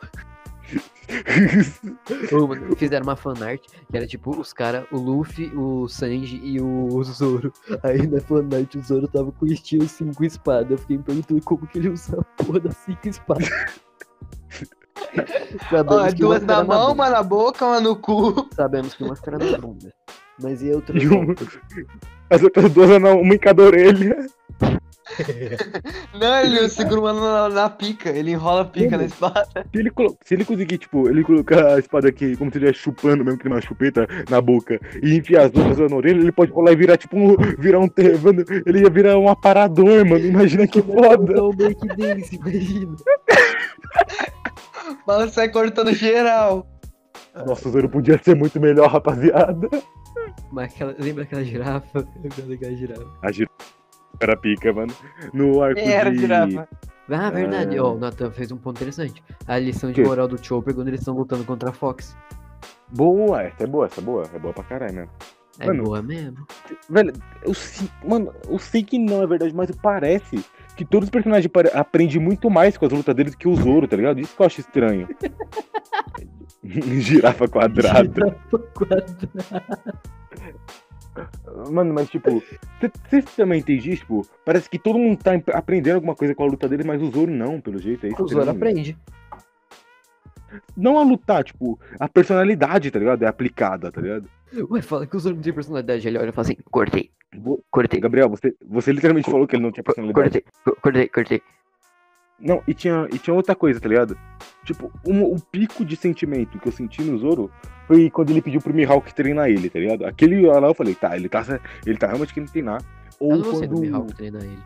[SPEAKER 4] Ô, mano, fizeram uma fanart que era tipo os caras, o Luffy, o Sanji e o Zoro.
[SPEAKER 1] Aí na fanart o Zoro tava com o estilo 5 espadas. Eu fiquei me perguntando como que ele usa a porra das 5 espadas. Sabemos
[SPEAKER 2] Ó,
[SPEAKER 1] que
[SPEAKER 2] Ah, duas
[SPEAKER 1] uma
[SPEAKER 2] na
[SPEAKER 1] era
[SPEAKER 2] mão,
[SPEAKER 1] bunda.
[SPEAKER 2] uma na boca, uma no cu.
[SPEAKER 1] Sabemos que uma era na bunda. Mas
[SPEAKER 4] é
[SPEAKER 1] e outra?
[SPEAKER 3] e um uma- as outras duas, não, uma em cada orelha.
[SPEAKER 2] Não, ele segura uma na, na pica, ele enrola a pica na espada.
[SPEAKER 3] Se ele, colo- se ele conseguir, tipo, ele colocar a espada aqui, como se ele estivesse chupando mesmo, que nem uma chupeta na boca, e enfiar as duas na orelha, ele pode colar e virar, tipo, um, virar um. te- Mano, ele ia virar um aparador, mano. Imagina que foda.
[SPEAKER 1] Não, break dance, imagina.
[SPEAKER 2] Bala sai cortando geral.
[SPEAKER 3] Nossa, o Zoro podia ser muito melhor, rapaziada.
[SPEAKER 4] Mas aquela- lembra aquela girafa? Eu gosto daquela girafa.
[SPEAKER 3] A girafa era pica, mano. No arco
[SPEAKER 2] Quem É, era a
[SPEAKER 3] de...
[SPEAKER 2] girafa?
[SPEAKER 4] Ah, verdade.
[SPEAKER 3] Ah.
[SPEAKER 4] Ó, o Nathan fez um ponto interessante. A lição de
[SPEAKER 3] Que?
[SPEAKER 4] moral do Chopper quando eles estão lutando contra a Fox.
[SPEAKER 3] Boa, essa é boa, essa é boa. É boa pra caralho, né?
[SPEAKER 4] É
[SPEAKER 3] Mano.
[SPEAKER 4] boa mesmo.
[SPEAKER 3] Velho, eu sei, mano, eu sei que não é verdade, mas parece que todos os personagens pare- aprendem muito mais com as lutas deles que o Zoro, tá ligado? Isso que eu acho estranho. Girafa quadrada.
[SPEAKER 4] Quatro.
[SPEAKER 3] Mano, mas tipo, vocês também entendem, isso, tipo, parece que todo mundo tá em- aprendendo alguma coisa com a luta dele, mas o Zoro não, pelo jeito. É isso
[SPEAKER 4] O Zoro
[SPEAKER 3] estranho.
[SPEAKER 4] aprende.
[SPEAKER 3] Não a lutar, tipo, a personalidade, tá ligado? É aplicada, tá ligado?
[SPEAKER 4] Ué, fala que o Zoro não tem personalidade. Ele olha e fala assim, cortei,
[SPEAKER 3] Bo-
[SPEAKER 4] cortei,
[SPEAKER 3] Gabriel, você, você literalmente falou que ele não tinha
[SPEAKER 4] co-
[SPEAKER 3] personalidade.
[SPEAKER 4] cortei, co- cortei, cortei.
[SPEAKER 3] Não, e tinha, e tinha outra coisa, tá ligado? Tipo, um- o pico de sentimento que eu senti no Zoro foi quando ele pediu pro Mihawk treinar ele, tá ligado? Aquele lá eu falei, tá, ele tá, ele tá realmente querendo treinar. Ou
[SPEAKER 4] Eu não gostei do
[SPEAKER 3] quando...
[SPEAKER 4] Mihawk treinar ele.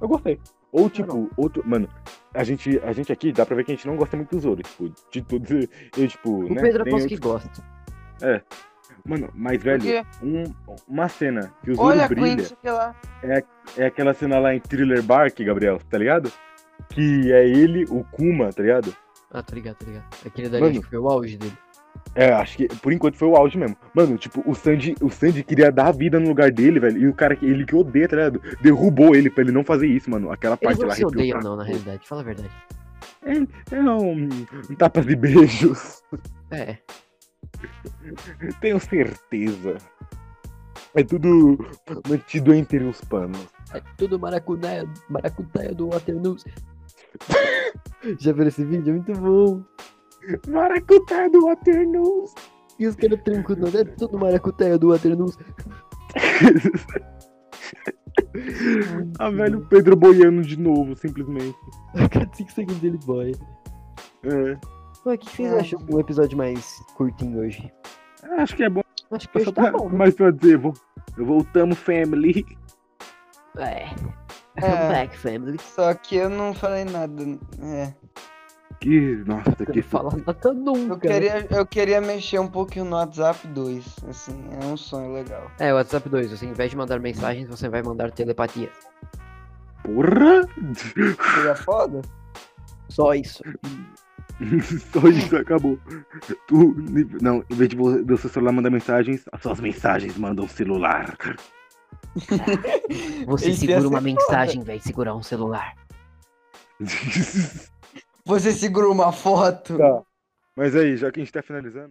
[SPEAKER 3] Eu gostei. Ou, tipo, outro. Mano, a gente, a gente aqui dá pra ver que a gente não gosta muito do Zoro. Tipo, de todos. Eu, tipo,
[SPEAKER 4] O
[SPEAKER 3] né?
[SPEAKER 4] Pedro
[SPEAKER 3] tem
[SPEAKER 4] aposto que
[SPEAKER 3] outro-
[SPEAKER 4] gosta.
[SPEAKER 3] Mano, mas,
[SPEAKER 2] Por
[SPEAKER 3] velho,
[SPEAKER 2] quê?
[SPEAKER 3] um- uma cena que o Zoro
[SPEAKER 2] Olha a
[SPEAKER 3] brilha.
[SPEAKER 2] Queen, não sei o que lá.
[SPEAKER 3] É aquela cena lá em Thriller Bark, Gabriel, tá ligado? Que é ele, o Kuma, tá ligado?
[SPEAKER 4] Ah, tô ligado, tô ligado. Aquele dali
[SPEAKER 3] Mano.
[SPEAKER 4] acho que foi o auge dele.
[SPEAKER 3] É, acho que por enquanto foi o auge mesmo. Mano, tipo, o Sandy, o Sandy queria dar a vida no lugar dele, velho. E o cara que ele que odeia, tá ligado? Derrubou ele pra ele não fazer isso, mano. Aquela
[SPEAKER 4] Eles
[SPEAKER 3] parte
[SPEAKER 4] não
[SPEAKER 3] lá
[SPEAKER 4] se
[SPEAKER 3] arrepiou
[SPEAKER 4] odeiam
[SPEAKER 3] pra-
[SPEAKER 4] não, na realidade. Fala a verdade.
[SPEAKER 3] É um, um tapa de beijos.
[SPEAKER 4] É,
[SPEAKER 3] Tenho certeza. É tudo mantido entre os panos.
[SPEAKER 4] é tudo maracutaia, maracutaia do Waternoose.
[SPEAKER 1] Já viram esse vídeo? É Muito bom.
[SPEAKER 3] Maracutá do Waternoose.
[SPEAKER 1] E os caras tranquilos, é todo maracutaia do Aternus.
[SPEAKER 3] Ah, velho, o Pedro boiando de novo, simplesmente.
[SPEAKER 1] A cada 5 segundos ele boia.
[SPEAKER 3] É.
[SPEAKER 1] Ué, o que, que vocês acham de um episódio mais curtinho hoje?
[SPEAKER 3] Acho que é bom.
[SPEAKER 4] Acho que hoje tá bom. né?
[SPEAKER 3] Mas pra dizer, vo- voltamos, family.
[SPEAKER 4] É.
[SPEAKER 2] É.
[SPEAKER 4] Back Family.
[SPEAKER 2] Só que eu não falei nada. É.
[SPEAKER 3] Que, nossa, que
[SPEAKER 4] Não fala nada
[SPEAKER 2] Eu,
[SPEAKER 4] nunca. né?
[SPEAKER 2] queria, eu queria mexer um pouquinho no WhatsApp 2. Assim, é um sonho legal.
[SPEAKER 4] É, WhatsApp 2, você ao invés de mandar mensagens, você vai mandar telepatia.
[SPEAKER 3] porra.
[SPEAKER 2] Seria é foda?
[SPEAKER 1] Só isso.
[SPEAKER 3] Só isso, acabou. Tu, não, em vez de vo- do seu celular mandar mensagens, as suas mensagens mandam celular.
[SPEAKER 4] Você
[SPEAKER 2] Esse ia
[SPEAKER 4] segura
[SPEAKER 2] ser
[SPEAKER 4] uma
[SPEAKER 2] foda.
[SPEAKER 4] mensagem, velho, segurar um celular.
[SPEAKER 2] Você segurou uma foto.
[SPEAKER 3] Tá. Mas aí, é já que a gente tá finalizando.